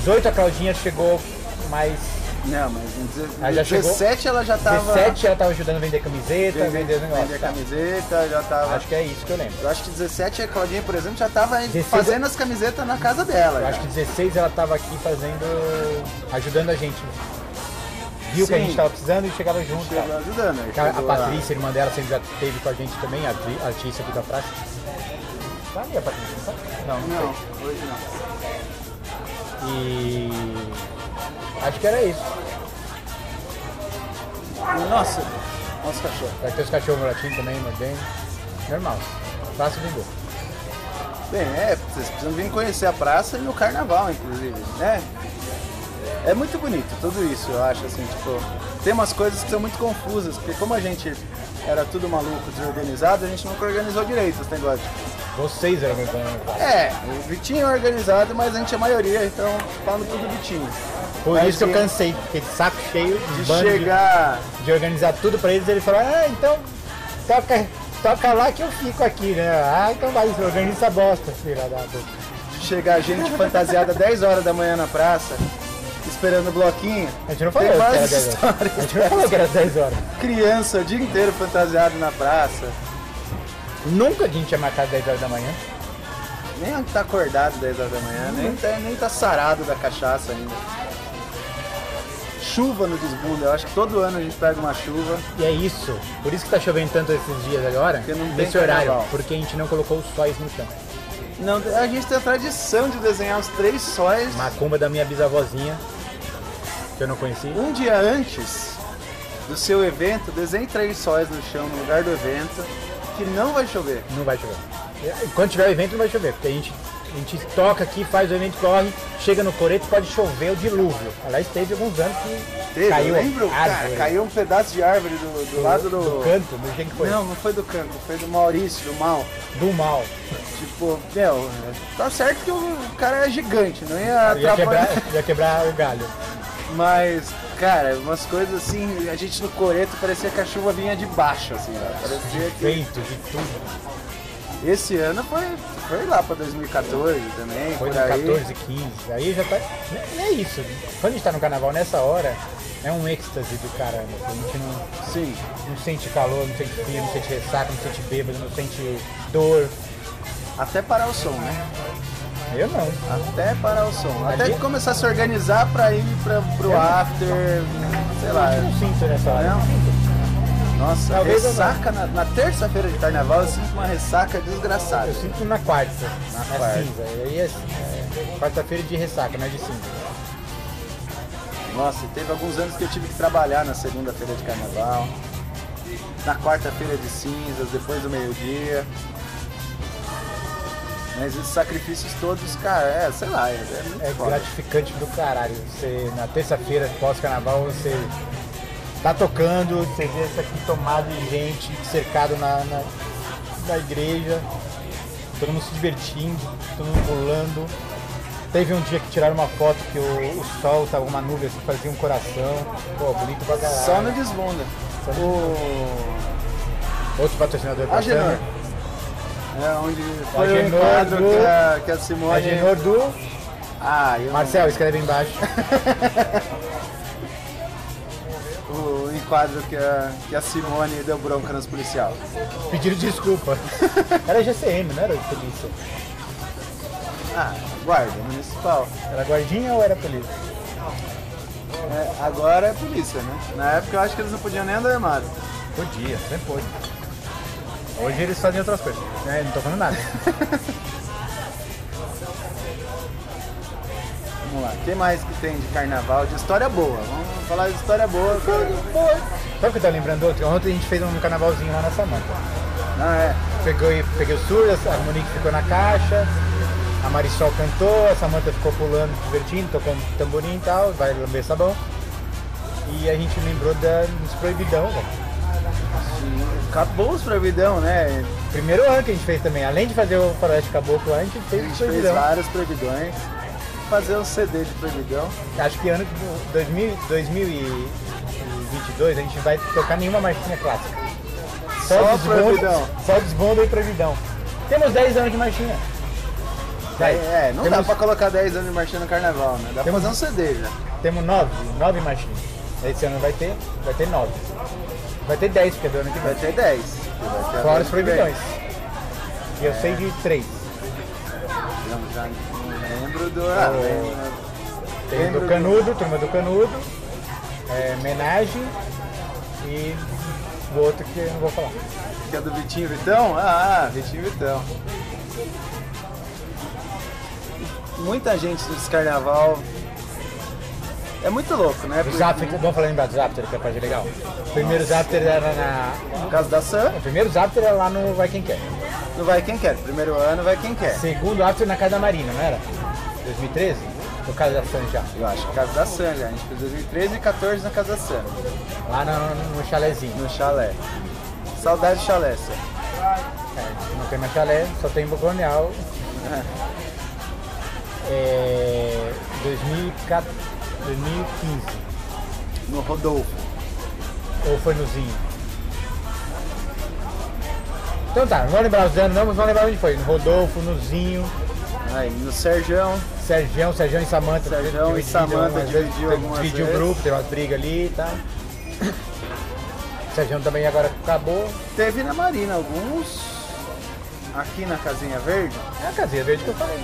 18 a Claudinha chegou, mas Não, mas em deze- Ah, já chegou? 17 ela já tava 17 ela tava ajudando a vender camiseta, vendendo, vender negócio. tá. vendia camiseta, já tava. Acho que é isso que eu lembro. Eu acho que 17 a Claudinha, por exemplo, já tava 16 fazendo as camisetas na casa dela. Eu já. acho que 16 ela tava aqui fazendo. ajudando a gente. Viu o que a Sim. gente tava precisando e chegava junto. e tal. Chegou ajudando. aí tá. A, a chegou é. lá. Patrícia, irmã dela, sempre já esteve com a gente também, a atri- artista aqui da praça. Tá ali a Patrícia, não tá? Não, não. Não, hoje não. E. Acho que era isso. Nossa, nossa cachorro. Vai ter os cachorros latindo também, mas bem normal. Fácil de ver. Bem, é, vocês precisam vir conhecer a praça e no carnaval, inclusive, né? É muito bonito tudo isso, eu acho, assim, tipo, tem umas coisas que são muito confusas, porque como a gente era tudo maluco, desorganizado, a gente nunca organizou direito esse negócio. Vocês eram meu banho. É, o Vitinho é organizado, mas a gente é a maioria, então fala tudo Vitinho. Por Mas isso que eu de- cansei, fiquei de saco cheio de, De bando de- chegar de, organizar tudo pra eles. Ele falou, ah, então toca, toca lá que eu fico aqui, né? Ah, então vai, organiza essa bosta, filha da puta. de chegar gente fantasiada 10 horas da manhã na praça, esperando o bloquinho. A gente não falou Tem que era várias 10 horas. histórias A gente não falou que era 10 horas. Criança o dia inteiro fantasiado na praça. Nunca a gente tinha marcado 10 horas da manhã. Nem tá acordado 10 horas da Uhum. manhã, nem tá, nem tá sarado da cachaça ainda. Chuva no desbunda, eu acho que todo ano a gente pega uma chuva. E é isso. Por isso que tá chovendo tanto esses dias agora, Porque não tem nesse horário. carnaval. Porque a gente não colocou os sóis no chão. Não, a gente tem a tradição de desenhar os três sóis Macumba da minha bisavózinha, que eu não conheci. um dia antes do seu evento, desenhe três sóis no chão no lugar do evento, que não vai chover. Não vai chover. E Quando tiver o evento, não vai chover, porque a gente, a gente toca aqui, faz o evento, corre, chega no coreto, pode chover o dilúvio. Aliás, teve alguns anos que Teve, caiu eu lembro, cara, árvore caiu um pedaço de árvore do, do lado do. do canto, do jeito que foi, Não, não foi do canto, foi do Maurício, do mal. do mal. Tipo, meu, tá certo que o cara é gigante, não ia Ia atrapalhar. quebrar, ia quebrar o galho. Mas, cara, umas coisas assim, a gente no coreto parecia que a chuva vinha de baixo, assim, ó. parecia que... Feito de tudo. Esse ano foi, foi lá pra 2014 também, Foi por de aí. né, 14, 15. Aí já tá. É isso. Quando a gente tá no carnaval nessa hora, é um êxtase do caramba. que A gente não, Sim. não sente calor, não sente frio, não sente ressaca, não sente bêbado, não sente dor. Até parar o som, né? Eu não. Até parar o som. Até Ali? começar a se organizar pra ir pra, pro Eu- after, sei lá. Eu não sinto nessa hora. Não? Nossa, Talvez eu não. ressaca na, na terça-feira de carnaval, eu sinto uma ressaca desgraçada. Eu sinto na quarta, na, na quarta. cinza. E aí é, é quarta-feira de ressaca, não é de cinza. Nossa, e teve alguns anos que eu tive que trabalhar na segunda-feira de carnaval, na quarta-feira de cinzas, depois do meio-dia. Mas esses sacrifícios todos, cara, é, sei lá, é, é muito É foda. gratificante do caralho. Você, na terça-feira, pós-carnaval, você tá tocando, você vê isso aqui tomado de gente, cercado na, na, na igreja, todo mundo se divertindo, todo mundo pulando. Teve um dia que tiraram uma foto que o, o sol tava uma nuvem assim, fazia um coração. Pô, bonito pra caralho. Só no desbunda. Só no O Outro patrocinador tá Agenor. bacana. É onde foi o Agenor enquadro do- que a, que a Simone. Agenor É do Ah, eu não- Marcel, escreve aí embaixo. o enquadro que a, que a Simone deu bronca nos policial. Pediram desculpa. Era GCM, não era polícia? Ah, guarda municipal. Era guardinha ou era polícia? É, agora é polícia, né? Na época eu acho que eles não podiam nem andar armado. Podia, sempre pôde. Hoje eles fazem outras coisas. né? não tô falando nada. Vamos lá. O que mais que tem de carnaval? De história boa. Vamos falar de história boa. cara. Sabe o que eu tava lembrando outro? Ontem a gente fez um carnavalzinho lá na Samanta. Não, é. Pegou, e- peguei o Surdas, a Monique ficou na caixa, a Marisol cantou, a Samanta ficou pulando, se divertindo, tocando tamborim e tal, vai lamber sabão. E a gente lembrou da, dos proibidão, né? velho. Acabou os proibidão, né? Primeiro ano que a gente fez também, além de fazer o Faroeste Caboclo, a gente A fez o gente fez Proibidão. vários proibidões. Fazer um CD de proibidão. Acho que ano tipo, de 2000, 2022 a gente vai tocar nenhuma marchinha clássica. Só desbonda- proibidão. Só desbonda e proibidão. Temos 10 anos de marchinha. Dez. É, é, não dá temos, pra colocar 10 anos de marchinha no carnaval, né? Dá pra Temos- fazer um CD já. Temos 9, 9 marchinhas. Esse ano vai ter, vai ter 9. Vai ter 10, porque é do ano que Vai vem. ter 10. que vai ter agora Fora os É, que vem. É. proibidões. E eu sei de 3. Eu já não lembro do. Ah, O- lembro. Tem Lembro do do- Canudo, Turma do Canudo, é, Menagem e o outro que eu não vou falar. Que é do Vitinho Vitão? Ah, Vitinho Vitão. Muita gente desse carnaval. É muito louco, né? Os Porque- after, vamos falar lembrar dos after, que é a parte legal. O primeiro after era na. No caso da Sam, O primeiro after era lá no Vai Quem Quer. não vai quem quer. Primeiro ano vai quem quer. Segundo after na Casa da Marina, não era? 2013? No caso da San já. Eu acho que casa da Sam já. A gente fez 2013 e 14 na casa da Sam, Lá no, no chalezinho. no chalé. Saudade do chalé, Sam. É, não tem mais chalé, só tem Boconeal. É. 2014, 2015. No Rodolfo. Ou foi no Zinho? Então tá, não vou lembrar os anos não, mas vou lembrar onde foi. No Rodolfo, no Zinho. Aí, no Serjão. Sergião, Sergião e Samanta. Sergião e Samanta dividiu algumas Dividiu o vezes. grupo, teve umas brigas ali e tal. Sergião também agora acabou. Teve na Marina alguns. Aqui na Casinha Verde. É a casinha verde que eu falei.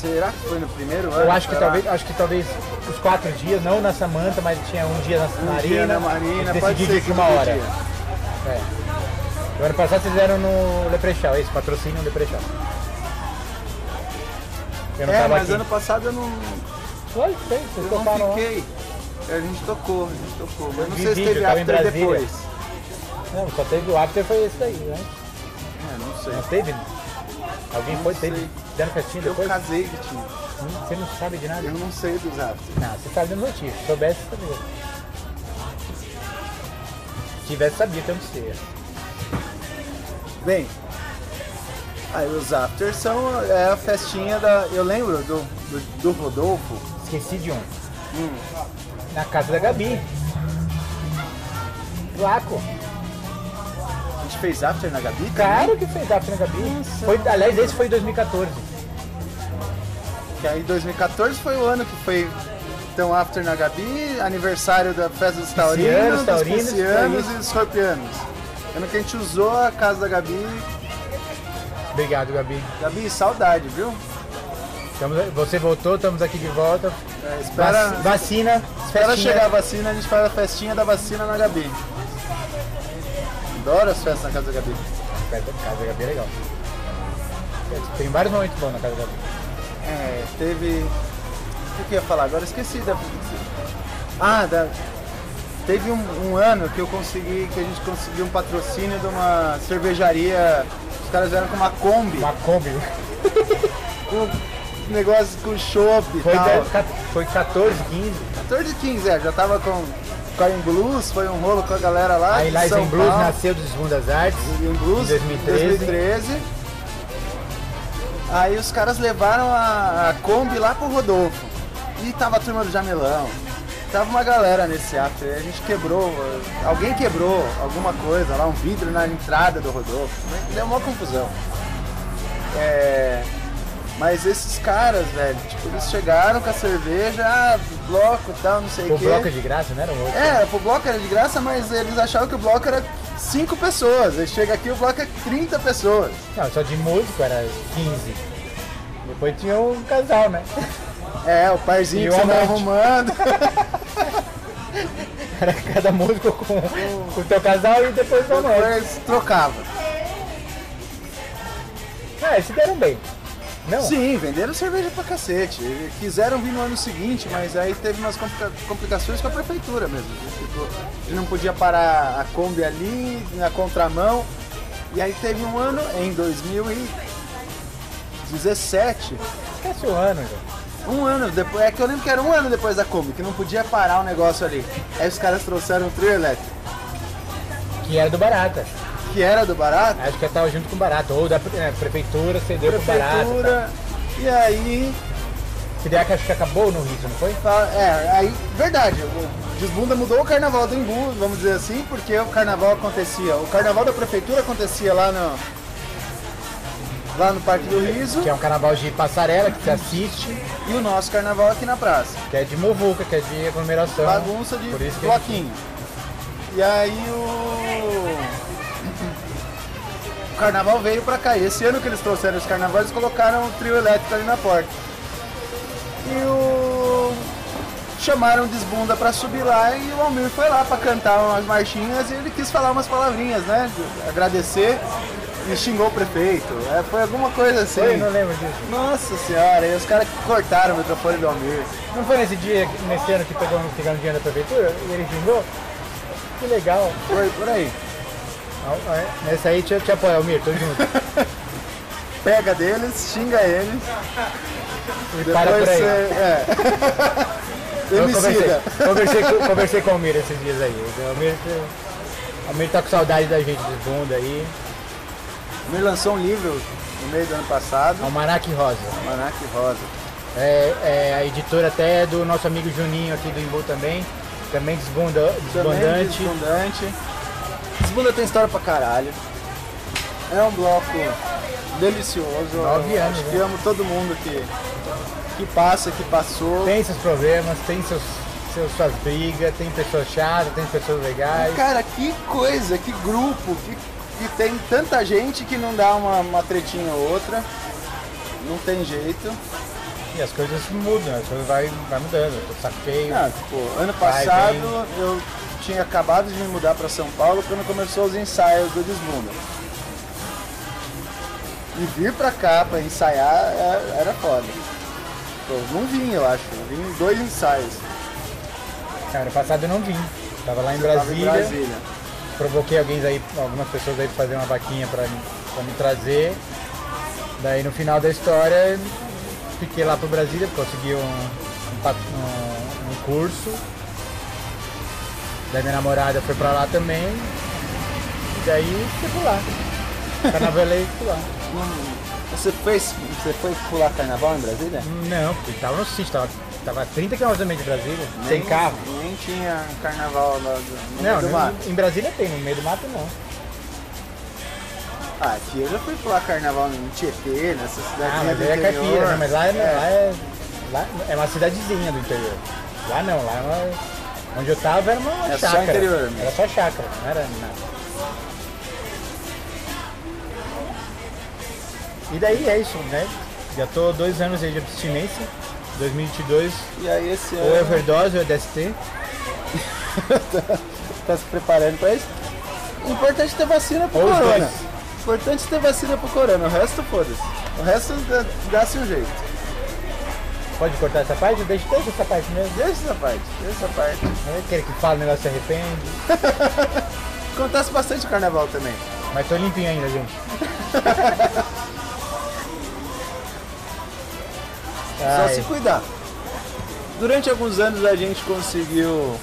Será que foi no primeiro ano? Eu acho que, Será? talvez, acho que talvez os quatro dias, não na Samanta, mas tinha um dia na Um Marina. dia na Marina, eles pode decidiram ser de que uma um hora. dia. É. O ano passado vocês fizeram no Leprechal, é isso, patrocínio Leprechal. Eu não É, tava mas aqui. ano passado eu não, Foi, foi, vocês eu tocaram não lá. fiquei. A gente tocou, a gente tocou. Mas não vi sei se vídeo, teve eu tava em after Brasília. depois. Não, só teve o after foi esse daí, né? É, não sei. Não teve? Alguém Não foi, teve? sei. um Deram festinha Eu depois? casei, Vitinho. Hum, Você não sabe de nada? Eu não sei dos after. Não, você sabe do motivo. Se soubesse, sabia. Se tivesse, sabia que eu não sei. Bem, aí os afters são é a festinha da. Eu lembro do, do, do Rodolfo. Esqueci de um. Hum, Na casa da Gabi. Laco. a gente fez after na Gabi? também? Claro que fez after na Gabi. Foi, aliás, esse foi em 2014. Que aí 2014 foi o ano que foi Então, After na Gabi, aniversário da festa dos taurinos, Piscianos, dos taurinos, piscianos é e dos escorpianos. Ano que a gente usou a casa da Gabi. Obrigado, Gabi. Gabi, saudade, viu? Estamos- você voltou, estamos aqui de volta. É, espera, Vac- Vacina, espera festinha. chegar a vacina, a gente faz a festinha da vacina na Gabi. Adoro as festas na casa da Gabi. Casa casa da Gabi é legal. Tem vários momentos bons na casa da Gabi. É, teve. O que eu ia falar? Agora esqueci da. Ah, da. Teve um, um ano que eu consegui, que a gente conseguiu um patrocínio de uma cervejaria. Os caras vieram com uma Kombi, Uma Kombi. com negócio com chopp e Foi, tal. dez- ca- foi 14, 15. 14 e 15, é, já tava com Coin Blues, foi um rolo com a galera lá. Aí de Lies São and Blues Paulo. nasceu dos Bundas Artes. em Blues, Em 2013. 2013. Aí os caras levaram a, a Kombi lá pro Rodolfo. E tava a turma do Jamelão. Tava uma galera nesse after. A gente quebrou, eh, alguém quebrou alguma coisa lá, um vidro na entrada do Rodolfo. Deu uma confusão. É, Mas esses caras, velho, tipo, eles chegaram com a cerveja, ah, bloco e tal, não sei O o quê. bloco de graça, não era um outro? É, o bloco era de graça, mas eles achavam que o bloco era 5 pessoas. Aí chega aqui o bloco é 30 pessoas. Não, só de músico era 15. Depois tinha um casal, né? É, o parzinho E que o você tá amante. arrumando. Era cada músico com com o teu casal e depois o amante. Depois trocava. Ah, eles se deram bem. Não? Sim, venderam cerveja pra cacete. Quiseram vir no ano seguinte, mas aí teve umas complica- complicações com a prefeitura mesmo. Tipo, ele não podia parar a Kombi ali, na contramão. E aí teve um ano, em 2017, Esquece o ano, velho. Um ano depois, é que eu lembro que era um ano depois da Kombi, que não podia parar o negócio ali. Aí os caras trouxeram o trio elétrico, Que era do Barata. que era do barato, Acho que eu tava junto com o Barata. Ou da pre- né, prefeitura, cedeu pro Barata. tá? prefeitura. E aí, Se der, acho que acabou no Rio, não foi? fa- é, aí, verdade, o Desbunda mudou o carnaval do Embu, vamos dizer assim, porque o carnaval acontecia. O carnaval da prefeitura acontecia lá no. Lá no Parque do Riso Que é um carnaval de passarela que você assiste, e o nosso carnaval aqui na praça. que é de muvuca, que é de aglomeração. bagunça de Por isso que bloquinho. E aí o... o carnaval veio pra cá. E esse ano que eles trouxeram os carnavais, eles colocaram o trio elétrico ali na porta. E o... Chamaram o Desbunda pra subir lá e o Almir foi lá pra cantar umas marchinhas e ele quis falar umas palavrinhas, né? de Agradecer e xingou o prefeito. É, foi alguma coisa assim. Foi, né? não lembro disso. Nossa senhora, e os caras cortaram o microfone do Almir. Não foi nesse dia, nesse ano que pegamos, pegamos dinheiro da prefeitura e ele vingou? Que legal. Foi por aí. Ah, é. Nessa aí te, te apoio, Almir, tô junto. pega deles, xinga eles. E para por aí. Você, é. Eu conversei, Emicida. conversei, com- conversei com o Almir esses dias aí. O Almir, o Almir tá com saudade da gente de bunda aí. Me lançou um livro no meio do ano passado, Almanac É Rosa. Manac Rosa. É, é, a editora até é do nosso amigo Juninho aqui do Imbu também. Também desbunda, Também desbandante. Desbundante. Desbunda tem história pra caralho. É um bloco delicioso. Nove Eu anos, Acho né? que amo todo mundo que, que passa, que passou. Tem seus problemas, tem seus, seus, suas brigas, tem pessoas chatas, tem pessoas legais. Cara, que coisa, que grupo, que, que tem tanta gente que não dá uma, uma tretinha ou outra. Não tem jeito. E as coisas mudam, as coisas vai, vai mudando. Eu tô de saco cheio. Ah, tipo, ano Vai, passado eu tinha acabado de me mudar para São Paulo quando começou os ensaios do Desbunda. E vir pra cá pra ensaiar é- era foda. Eu não vim, eu acho. Eu vim em dois ensaios. Cara, ano passado eu não vim. Tava lá em Tava Brasília, em Brasília. provoquei alguém aí, algumas pessoas aí pra fazer uma vaquinha pra, mim- pra me trazer. Daí no final da história, fiquei lá pro Brasília, consegui um, um, pa- um- um curso. Daí minha namorada foi pra lá também. E daí fui por lá. Carnavalei e fui lá. Não- Você, fez, você foi pular carnaval em Brasília? Não, porque tava no sítio, tava, tava a 30 km também de Brasília, sem Nem- carro. Nem tinha carnaval lá do, no Não, meio do nem- mato. em Brasília tem, no meio do mato não. Ah, aqui eu já fui pular carnaval no Tietê, nessa cidade é né? É. Ah, mas aí é caipira, né? Mas lá é, lá é, lá é uma é cidadezinha do interior. Lá não, lá era- onde eu tava era uma Era É só chácara. interior mesmo. Era só chácara, não era nada. E daí é isso, né? Já tô dois anos aí de abstinência. 2022, E aí esse ou é ano overdose ou DST. tá se preparando pra isso. Importante é ter vacina pro Ou os corona. dois. Importante é ter vacina pro corona. O resto foda-se. O resto dá- dá-se um jeito. Pode cortar essa parte? Deixa deixa essa parte mesmo. Deixa essa parte, deixa essa parte. Não é aquele que fala o negócio se arrepende. Acontece bastante o carnaval também. Mas tô limpinho ainda, gente. Só Ai, se cuidar. Durante alguns anos a gente conseguiu.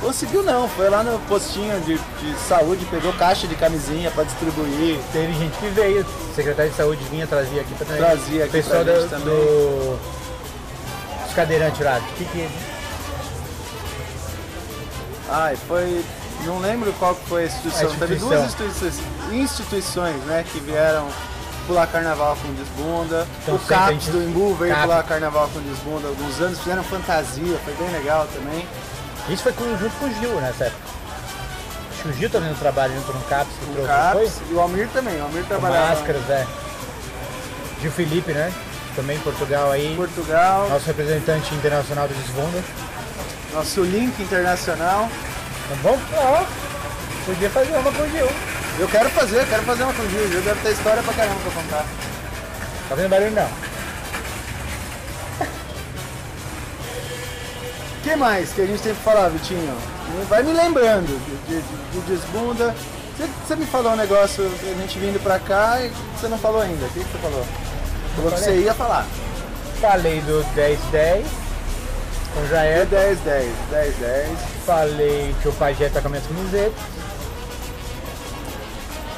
Conseguiu não, foi lá no postinho de, de saúde, pegou caixa de camisinha pra distribuir. Teve gente que veio, o secretário de saúde vinha, trazia aqui pra trazer. Trazia O aqui pessoal pra do, gente também. do. Os cadeirantes lá, o que que. Ai, foi. Não lembro qual que foi a instituição. Teve A É instituição. duas instituições, instituições, né, que vieram pular carnaval com desbunda. Então, o sempre a CAPS gente- do Imbu veio Cap. pular carnaval com desbunda alguns anos, fizeram fantasia, foi bem legal também. Isso foi com- junto com o Gil nessa época. Acho que o Gil tá fazendo trabalho junto no CAPS que O trouxe CAPS foi? e o Almir também, o Almir Com trabalhava máscaras, é. Gil Felipe, né? Também em Portugal aí. em Portugal, Nosso representante internacional do Desbunda. nosso link internacional. Então vamos lá. Podia fazer uma com o Gil. Eu quero fazer, eu quero fazer uma com o Gil. Gil deve ter história pra caramba pra contar. Tá fazendo barulho não. O que mais que a gente tem pra falar, Vitinho? Vai me lembrando de, de, de desbunda. Você- Você me falou um negócio, a gente vindo pra cá e você não falou ainda. O que que você falou? Falou que você ia falar. Falei do 10-10 com o É Jair. 10, 10, 10, 10. Falei que o Pajé tá com as minhas camisetas.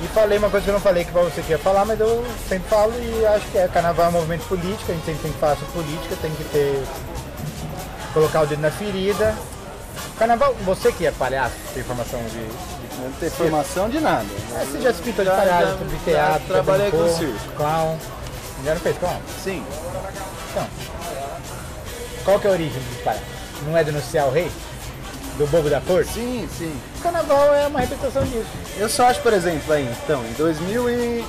E falei uma coisa que eu não falei que você queria falar, mas eu sempre falo e acho que é carnaval é um movimento político, a gente sempre tem que falar sobre política, tem que ter. colocar o dedo na ferida. Carnaval, você que é palhaço, tem formação de. Não tem formação de nada. É, você já se pintou de Já- palhaço, já- de já teatro, já trabalhei com brincou, circo. Clown. Já não fez clown? Sim. Então, qual que é a origem do palhaço? Não é denunciar o rei? Do bobo da corte? Sim, sim. O carnaval é uma representação disso. Eu só acho, por exemplo, aí, então, em 2000 e...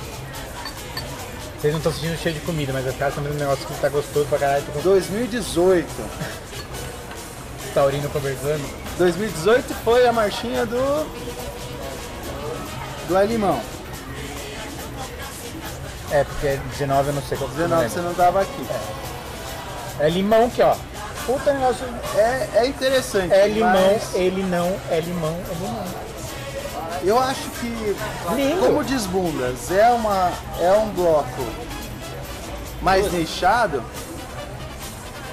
Vocês não estão sentindo cheio de comida, mas as caras estão vendo um negócio que tá gostoso pra caralho, tô com 2018. o um taurino conversando. 2018 foi a marchinha do. Do Alimão. É, porque é 19 eu não sei qual que é o 19 você nome. não tava aqui. É limão que, ó. Puta negócio. É, é interessante. É limão, mas ele não, é limão, é limão. Eu acho que. Lindo. Como diz Bundas, é, uma, é um bloco mais nichado,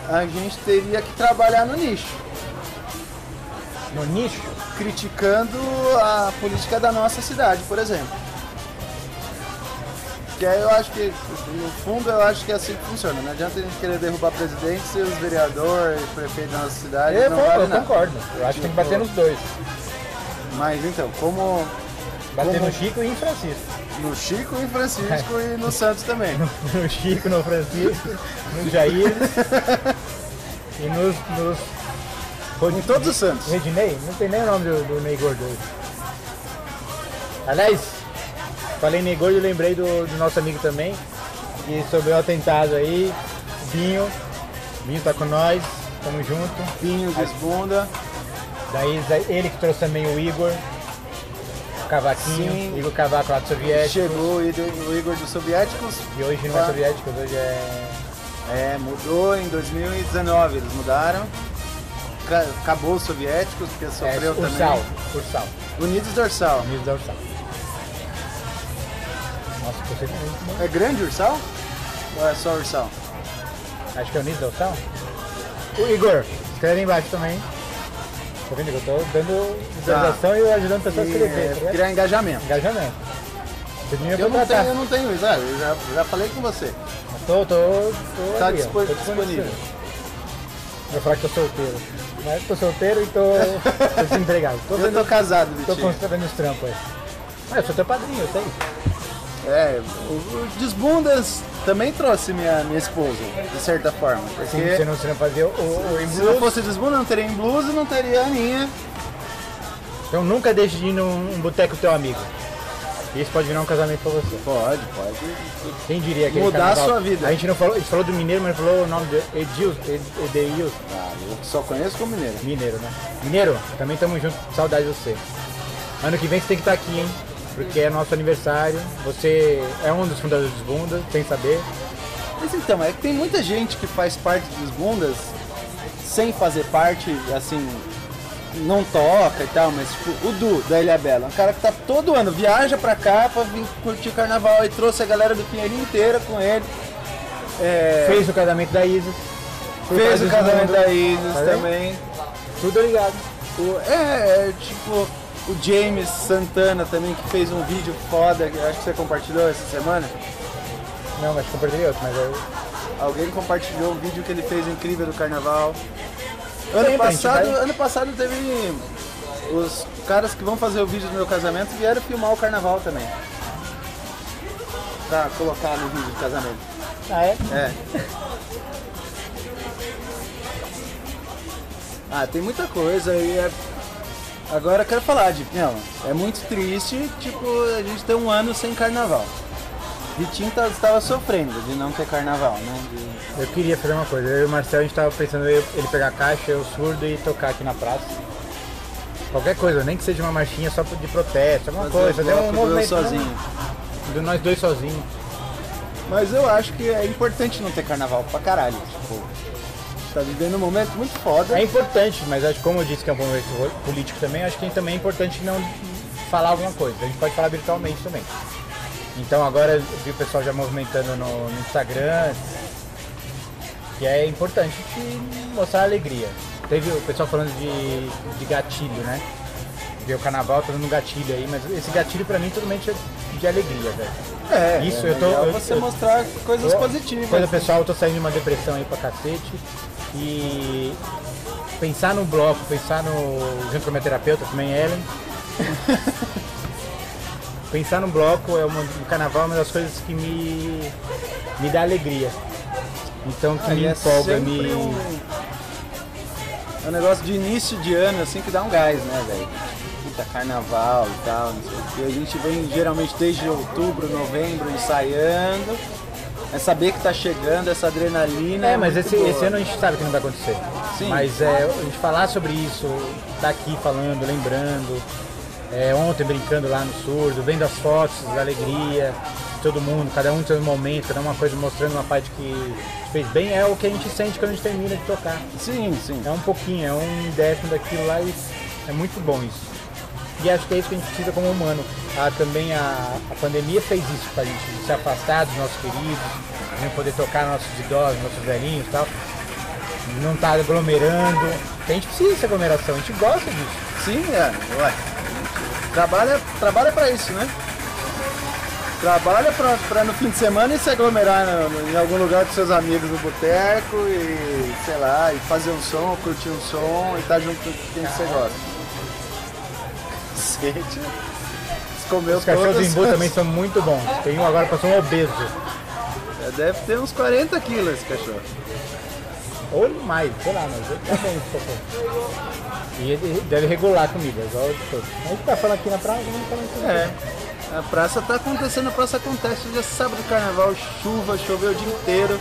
a gente teria que trabalhar no nicho. No nicho, criticando a política da nossa cidade, por exemplo. Que aí eu acho que, no fundo, eu acho que é assim que funciona. Não adianta a gente querer derrubar presidente se os vereadores, prefeitos da nossa cidade eu, não vou- valem eu nada. concordo. Eu acho que tem que bater nos dois. Mas então, como Bater Como? no Chico e em Francisco. no Chico e Francisco e no Santos também. No Chico, no Francisco, no Jair e nos. nos... Em todos os Santos. Redinei? Não tem nem o nome do, do Ney Gordo. hoje. Aliás, falei Ney Gordo e lembrei do, do nosso amigo também, que sobre o atentado aí, Vinho. Vinho tá com nós, tamo junto. Pinho, Desbunda, Daí Zé- ele que trouxe também o Igor, Cavaquinho, Sim. Igor Cavaco lá do Soviético. chegou o Igor- o Igor dos Soviéticos. E hoje não é Tá. soviético, hoje é. É, mudou em 2019, eles mudaram. Ca- Acabou os soviéticos, porque é sofreu também. Ursal, Ursal. Unidos Dorsal. Amigos da Ursal. Nossa, você tem muito bom. É grande ursal? Ou é só ursal? Acho que é o Niso da Ursal. O Igor, escreve aí embaixo também. Tá vendo que eu tô dando visualização Tá. e ajudando pessoas a E, escrever, é, tá ligado? criar engajamento. Engajamento. Vocês me Eu não, contratar. tenho, eu não tenho isso, ah, eu já, já falei com você. Tô, tô, tô. Tá ali, ó, dispo- tô disponível. Vou falar que tô solteiro. Mas tô solteiro e tô, tô desempregado. Tô Eu vendo tô casado, Tô Vitinho. construindo os trampos aí. Ah, eu sou teu padrinho, eu sei. É, o, o Desbundas também trouxe minha, minha esposa, de certa forma. Assim, Porque você, não, você não fazia o, o em se blues. não fosse Desbundas, não teria em blues e não teria a minha. Então nunca deixe de ir num, num boteco teu amigo. Isso pode virar um casamento pra você. Pode, pode. Quem diria que Mudar a sua vida. A gente não falou, a gente falou do mineiro, mas falou o nome de Edilson, Ed- Edeilson. Ah, eu só conheço como mineiro. Mineiro, né? Mineiro, também tamo junto, saudade de você. Ano que vem você tem que estar aqui, hein? Porque é nosso aniversário, você é um dos fundadores dos Bundas, sem saber. Mas então, é que tem muita gente que faz parte dos bundas sem fazer parte, assim, não toca e tal, mas tipo, o Du da Ilha Bela, um cara que tá todo ano, viaja pra cá pra vir curtir o carnaval e trouxe a galera do Pinheirinho inteira com ele. É, Fez o casamento da Isis. foi fez pra o casamento Bundas, da Isis tá vendo? também. Tudo ligado. O- é, é, tipo, o James Santana também que fez um vídeo foda, que eu acho que você compartilhou essa semana. Não, mas compartilhei outro, mas eu... Alguém compartilhou um vídeo que ele fez incrível do carnaval. Ano Sempre, a gente passado, vai- ano passado teve os caras que vão fazer o vídeo do meu casamento vieram filmar o carnaval também. Pra colocar no vídeo do casamento. Ah, é? É. Ah, tem muita coisa e é... Agora eu quero falar de. Não, é muito triste, tipo, a gente ter um ano sem carnaval. Vitinho tá- estava sofrendo de não ter carnaval, né? De- Eu queria fazer uma coisa, eu e o Marcel, a gente tava pensando eu- ele pegar a caixa, eu surdo e tocar aqui na praça. Qualquer coisa, nem que seja uma marchinha só de protesto, alguma coisa, Fazer até o um bloco do eu movimento sozinho. Do nós dois sozinhos. Mas eu acho que é importante não ter carnaval pra caralho. Tipo, tá vivendo um momento muito foda. É importante, mas acho que como eu disse que é um momento ro- político também, acho que também é importante não falar alguma coisa. A gente pode falar virtualmente também. Então agora eu vi o pessoal já movimentando no, no Instagram. E é importante te mostrar a alegria. Teve o pessoal falando de, de gatilho, né? Ver o carnaval tá dando um gatilho aí, mas esse gatilho pra mim totalmente é de alegria, velho. É, Isso, é eu tô- legal eu- você eu- mostrar coisas Tô- positivas. Coisa pessoal, eu tô saindo de uma depressão aí pra cacete. E pensar no bloco, pensar no. junto com a minha terapeuta também, Ellen. pensar no bloco é uma, o carnaval é uma das coisas que me. me dá alegria. Então que Ah, me e é empolga, sempre me. um... é um negócio de início de ano, assim, que dá um gás, né, velho? Puta, carnaval e tal, não sei o quê. A gente vem geralmente desde outubro, novembro, ensaiando. É saber que tá chegando, essa adrenalina. É, mas muito esse, boa. esse ano a gente sabe que não vai acontecer. Sim. Mas é, a gente falar sobre isso, tá aqui falando, lembrando, é, ontem brincando lá no surdo, vendo as fotos da alegria, todo mundo, cada um tem um momento, cada uma coisa mostrando uma parte que fez bem, é o que a gente sente quando a gente termina de tocar. Sim, sim. É um pouquinho, é um décimo daquilo lá e é muito bom isso. E acho que é isso que a gente precisa como humano. Ah, também a, a pandemia fez isso pra gente se afastar dos nossos queridos, a gente poder tocar nossos idosos, nossos velhinhos e tal. Não tá aglomerando. A gente precisa dessa aglomeração, a gente gosta disso. Sim, é. Ué. Trabalha, trabalha pra isso, né? Trabalha pra, pra no fim de semana e se aglomerar no- no- em algum lugar com seus amigos no boteco e, sei lá, e fazer um som, curtir um som e estar junto com quem você gosta. Cacete. Você comeu Os cachorros todas. em Imbu também são muito bons. Tem um agora passou um obeso. É, Deve ter uns 40 quilos esse cachorro. Ou mais, sei lá, mas ele tá bem esse cachorro. E ele deve regular a comida, igual de todos. A gente tá falando aqui na praia, vamos falar aqui. É. A praça tá acontecendo, a praça acontece, já sábado carnaval, chuva, choveu o dia inteiro.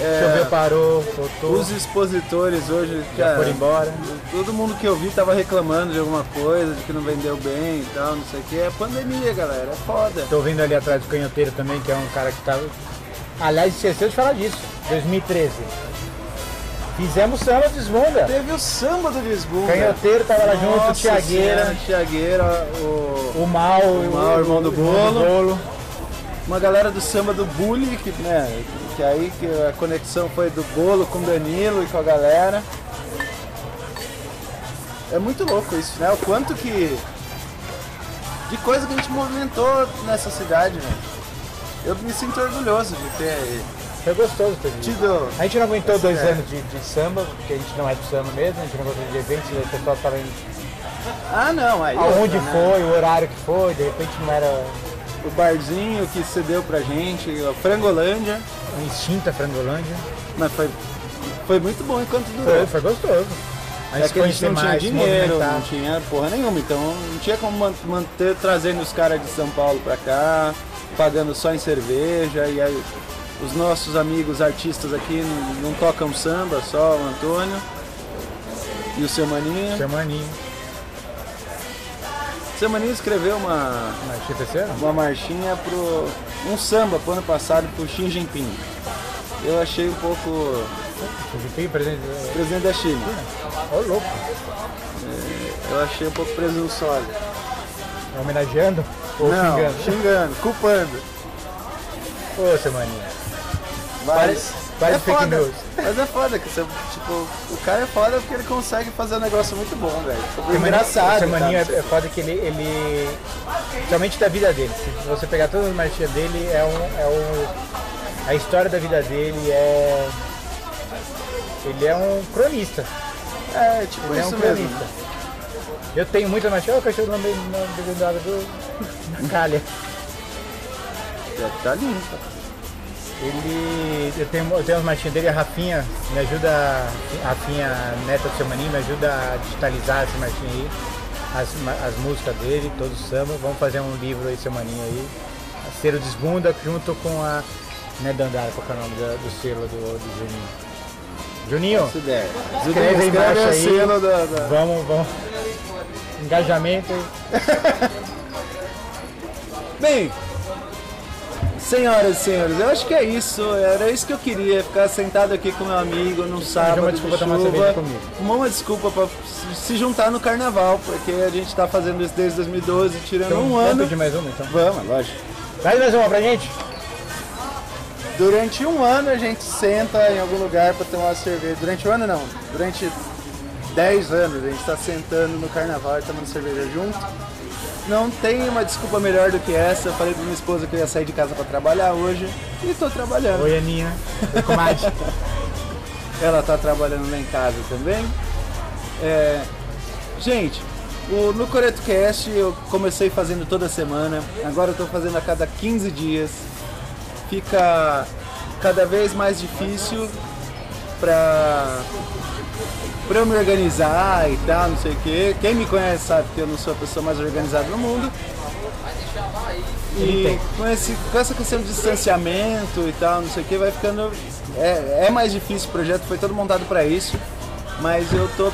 É, Choveu, parou, voltou. Os é. expositores hoje, Já cara, foram embora. Todo mundo que eu vi tava reclamando de alguma coisa, de que não vendeu bem e tal, não sei o que. É pandemia, galera, é foda. Tô vendo ali atrás do canhoteiro também, que é um cara que tá. Aliás, esqueceu de falar disso. 2013. Fizemos samba de esbunda. Teve o samba do Lisboa. Canhoteiro tava lá junto, Nossa o Tiagueira, Senhora, Tiagueira, o... o Mal, O Mal, irmão do Bolo. Bolo. uma galera do samba do Bully, que, né, que aí que a conexão foi do bolo com o Danilo e com a galera. É muito louco isso, né? O quanto que. De coisa que a gente movimentou nessa cidade, velho. Eu me sinto orgulhoso de ter Foi gostoso ter visto. tido A gente não aguentou dois é. anos de, de samba, porque a gente não é do samba mesmo, a gente não gostou de eventos, o pessoal tava indo Ah, não, aí. aonde outra, né? foi, o horário que foi, de repente não era. o barzinho que você deu pra gente, a Frangolândia. O instinto é Frangolândia. Mas foi, foi muito bom enquanto Foi, durou. foi gostoso. A gente É se que a gente conhecer não tinha mais, se dinheiro, movimentar. não tinha porra nenhuma, então não tinha como man- manter trazendo os caras de São Paulo pra cá, pagando só em cerveja, e aí os nossos amigos artistas aqui não, não tocam samba, só o Antônio e o seu Maninho. Tinha maninho. O seu Maninho escreveu uma, Mas tinha terceiro? uma marchinha pro. um samba pro ano passado pro Xi Jinping. Eu achei um pouco Tinha que ter presente. né? presidente da China. Ô louco. Eu achei um pouco presunçosa. Homenageando? Ou não, xingando? xingando, culpando. Ô, seu maninho. Ah, Mas, Vários é fake foda. news. Mas é foda, que você, tipo, o cara é foda porque ele consegue fazer um negócio muito bom, velho. Tipo, Seu maninho- Engraçado. Seu maninho tá? é, é foda que ele, ele. Principalmente da vida dele. Se você pegar todas as marchinhas dele, é um. É um a história da vida dele é. Ele é um cronista. É, tipo, Ele é um isso mesmo. cronista. Eu tenho muita marchinha. Olha o cachorro lambendo lambendo água do. na calha. Já tá limpa. Ele. Eu tenho, eu tenho umas marchinhas dele, a Rafinha me ajuda, a Rafinha neta do seu maninho, me ajuda a digitalizar essa marchinha aí, as, ma- as músicas dele, todos os samba. Vamos fazer um livro aí, seu maninho aí. Selo Desbunda junto com a. Né, Dandara, qual que é o nome da- do selo do, do Juninho? Juninho, Essa ideia. escreve aí embaixo o aí. selo da- da- Vamos, vamos. Engajamento. Bem, senhoras e senhores, eu acho que é isso. Era isso que eu queria, ficar sentado aqui com meu amigo num sábado de uma desculpa tomar chuva. cerveja comigo. Uma, uma desculpa pra se- se juntar no carnaval, porque a gente tá fazendo isso desde 2012, tirando Então, um vamos ano. pedir mais uma então. Vamos, lógico. Traz mais uma pra gente? Durante um ano a gente senta em algum lugar pra tomar uma cerveja. Durante um ano não, durante 10 anos a gente tá sentando no carnaval e tomando cerveja junto. Não tem uma desculpa melhor do que essa. Eu falei pra minha esposa que eu ia sair de casa pra trabalhar hoje e tô trabalhando. Oi, Aninha. é? Oi, comadre. Ela tá trabalhando lá em casa também. É, Gente, o No Coreto Cast eu comecei fazendo toda semana, agora eu tô fazendo a cada 15 dias. Fica cada vez mais difícil pra, pra eu me organizar e tal, não sei o quê. Quem me conhece sabe que eu não sou a pessoa mais organizada do mundo. E com, esse, com essa questão de distanciamento e tal, não sei o que, vai ficando. É, é mais difícil o projeto, foi todo montado pra isso, mas eu tô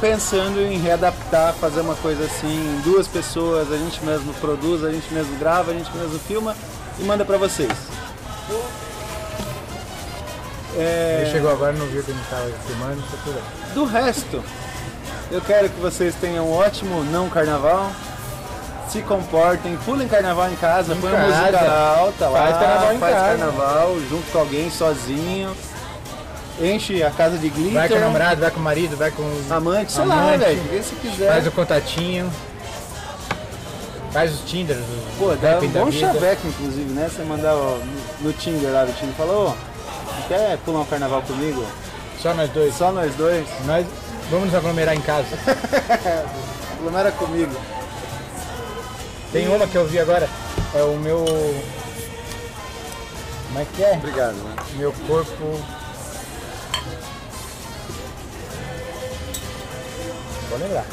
pensando em readaptar, fazer uma coisa assim, duas pessoas, a gente mesmo produz, a gente mesmo grava, a gente mesmo filma e manda pra vocês. É, Ele chegou agora, não viu que a gente tava filmando, tá tudo bem. do resto, eu quero que vocês tenham um ótimo não carnaval. Se comportem, pulem carnaval em casa, põe a casa. música alta lá, Faz carnaval em faz casa. carnaval junto com alguém, sozinho. Enche a casa de glitter, Vai com o namorado, vai com o marido, vai com o amante, sei lá, amante, velho, quem se quiser. Faz o contatinho. Faz os Tinder, os Pô, dá Zap um da bom vida. chaveco, inclusive, né? Você mandar ó, no no Tinder lá do time, falou, "Ô, quer pular um carnaval comigo? Só nós dois. Só nós dois? Nós vamos nos aglomerar em casa. Aglomera comigo. Tem uma que eu vi agora, é o meu. Como é que é? Obrigado, né? Meu corpo. Vou lembrar.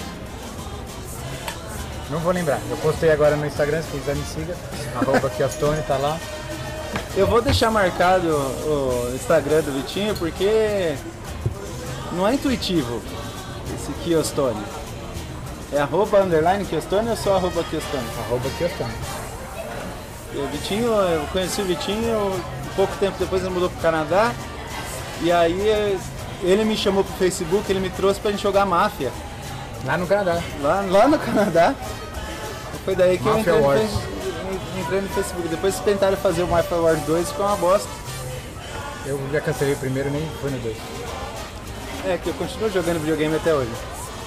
Não vou lembrar. Eu postei agora no Instagram, se quiser me siga. Arroba Kiastone, tá lá. Eu vou deixar marcado o Instagram do Vitinho porque não é intuitivo esse Kiostone. É arroba underline Kiostone ou só arroba Kiostone? Arroba Kiastone. O Vitinho, eu conheci o Vitinho um pouco tempo depois ele mudou pro Canadá. E aí ele me chamou pro Facebook, ele me trouxe pra gente jogar máfia Lá no Canadá. lá, lá no Canadá. Foi daí que Mafia eu entrei no, Wars. Face- entrei no Facebook. Depois tentaram fazer o Mafia Wars 2 ficou uma bosta. Eu já cancelei o primeiro, nem fui no dois. É, que eu continuo jogando videogame até hoje.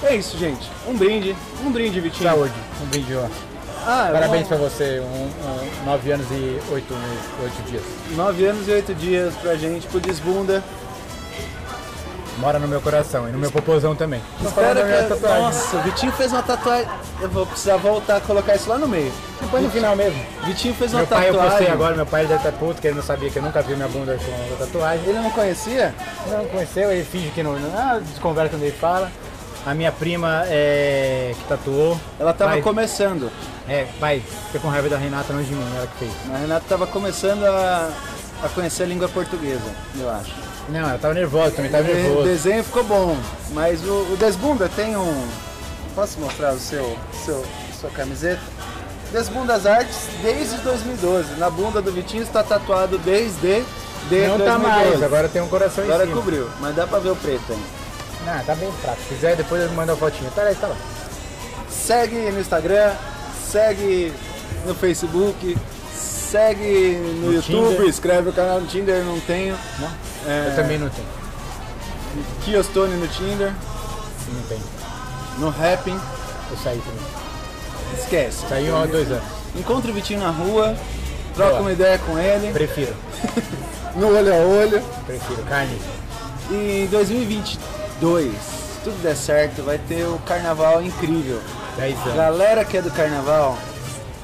É isso, gente. Um brinde. Um brinde, Vitinho. Saúde. Um brinde, ó. Ah, Parabéns bom, pra você. Um, um, nove anos e oito, meses- oito dias. Nove anos e oito dias pra gente, pro Desbunda. Mora no meu coração e no meu popozão também. Espero que. Nossa, o Vitinho fez uma tatuagem. Eu vou precisar voltar a colocar isso lá no meio. Depois no final mesmo. Vitinho fez uma Meu pai, eu tatuagem. postei agora, meu pai deve estar puto, que ele não sabia que eu nunca vi minha bunda com tatuagem. Ele não conhecia? Não conheceu, ele finge que não. não ah, desconversa quando ele fala. A minha prima é, que tatuou. Ela tava pai, começando. É, pai, fica com raiva da Renata longe de mim, ela que fez. A Renata tava começando a, a conhecer a língua portuguesa, eu acho. Não, ela tava nervosa também, tava O nervosa. desenho ficou bom, mas o, o Desbunda tem um. Posso mostrar o seu, seu sua camiseta? Desbundas Artes desde 2012. Na bunda do Vitinho está tatuado desde de Não 2012. tá mais, agora tem um coração Agora em cima. cobriu, mas dá pra ver o preto ainda. Não, tá bem fraco. Se quiser, depois eu mando a fotinha. Tá lá, tá lá. Segue no Instagram, segue no Facebook, segue no, No YouTube, Tinder. escreve o canal no Tinder, não tenho. Não? É, Eu também não tenho. Kiostone no Tinder, Não tenho. no Rapping, Eu saí também. esquece. Saí há dois anos. Encontra o Vitinho na rua, troca Boa. uma ideia com ele, Prefiro. no olho a olho. Prefiro. Carne. E em 2022, se tudo der certo, vai ter o carnaval incrível. 10 anos. Galera que é do carnaval,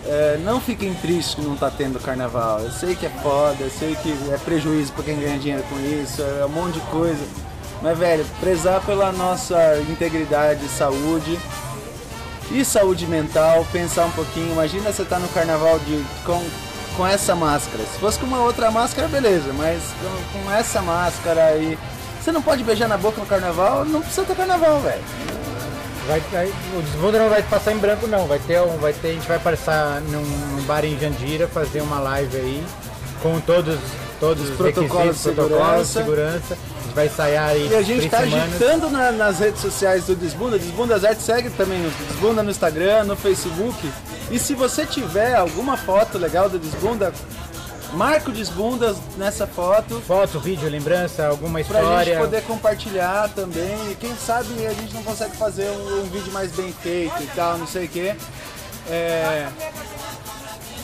é, não fiquem tristes que não tá tendo carnaval. Eu sei que é foda, eu sei que é prejuízo pra quem ganha dinheiro com isso, é um monte de coisa. Mas, velho, prezar pela nossa integridade e saúde. E saúde mental, pensar um pouquinho. Imagina você tá no carnaval de, com, com essa máscara. Se fosse com uma outra máscara, beleza, mas com, com essa máscara aí. Você não pode beijar na boca no carnaval, não precisa ter carnaval, velho. Vai, vai, o desbunda não vai passar em branco não, vai ter, um, vai ter, a gente vai passar num, num bar em Jandira, fazer uma live aí com todos, todos os, protocolos requisitos, de protocolos, segurança. segurança. A gente vai ensaiar aí E a gente três tá semanas. agitando na- nas redes sociais do Desbunda. Desbundas Artes segue também no Desbunda no Instagram, no Facebook. E se você tiver alguma foto legal do Desbunda, marca o Desbundas nessa foto Foto, vídeo, lembrança, alguma pra história. gente poder compartilhar também. E quem sabe a gente não consegue fazer um, um vídeo mais bem feito e tal, não sei o quê. É,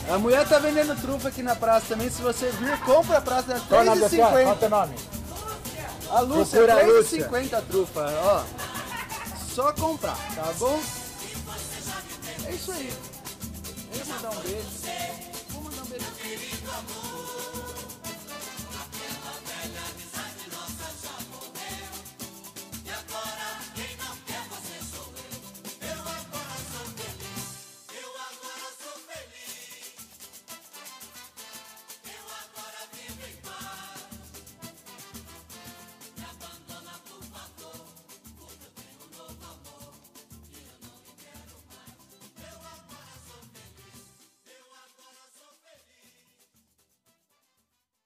A mulher tá vendendo trufa aqui na praça também. Se você vir, compra a praça da Qual o nome da senhora? Qual o 3,50. teu nome? A Lúcia, Procura a Lúcia. 3,50 a trufa, ó. Só comprar, tá bom? É isso aí. Eu ia mandar um beijo. Vou mandar um beijo.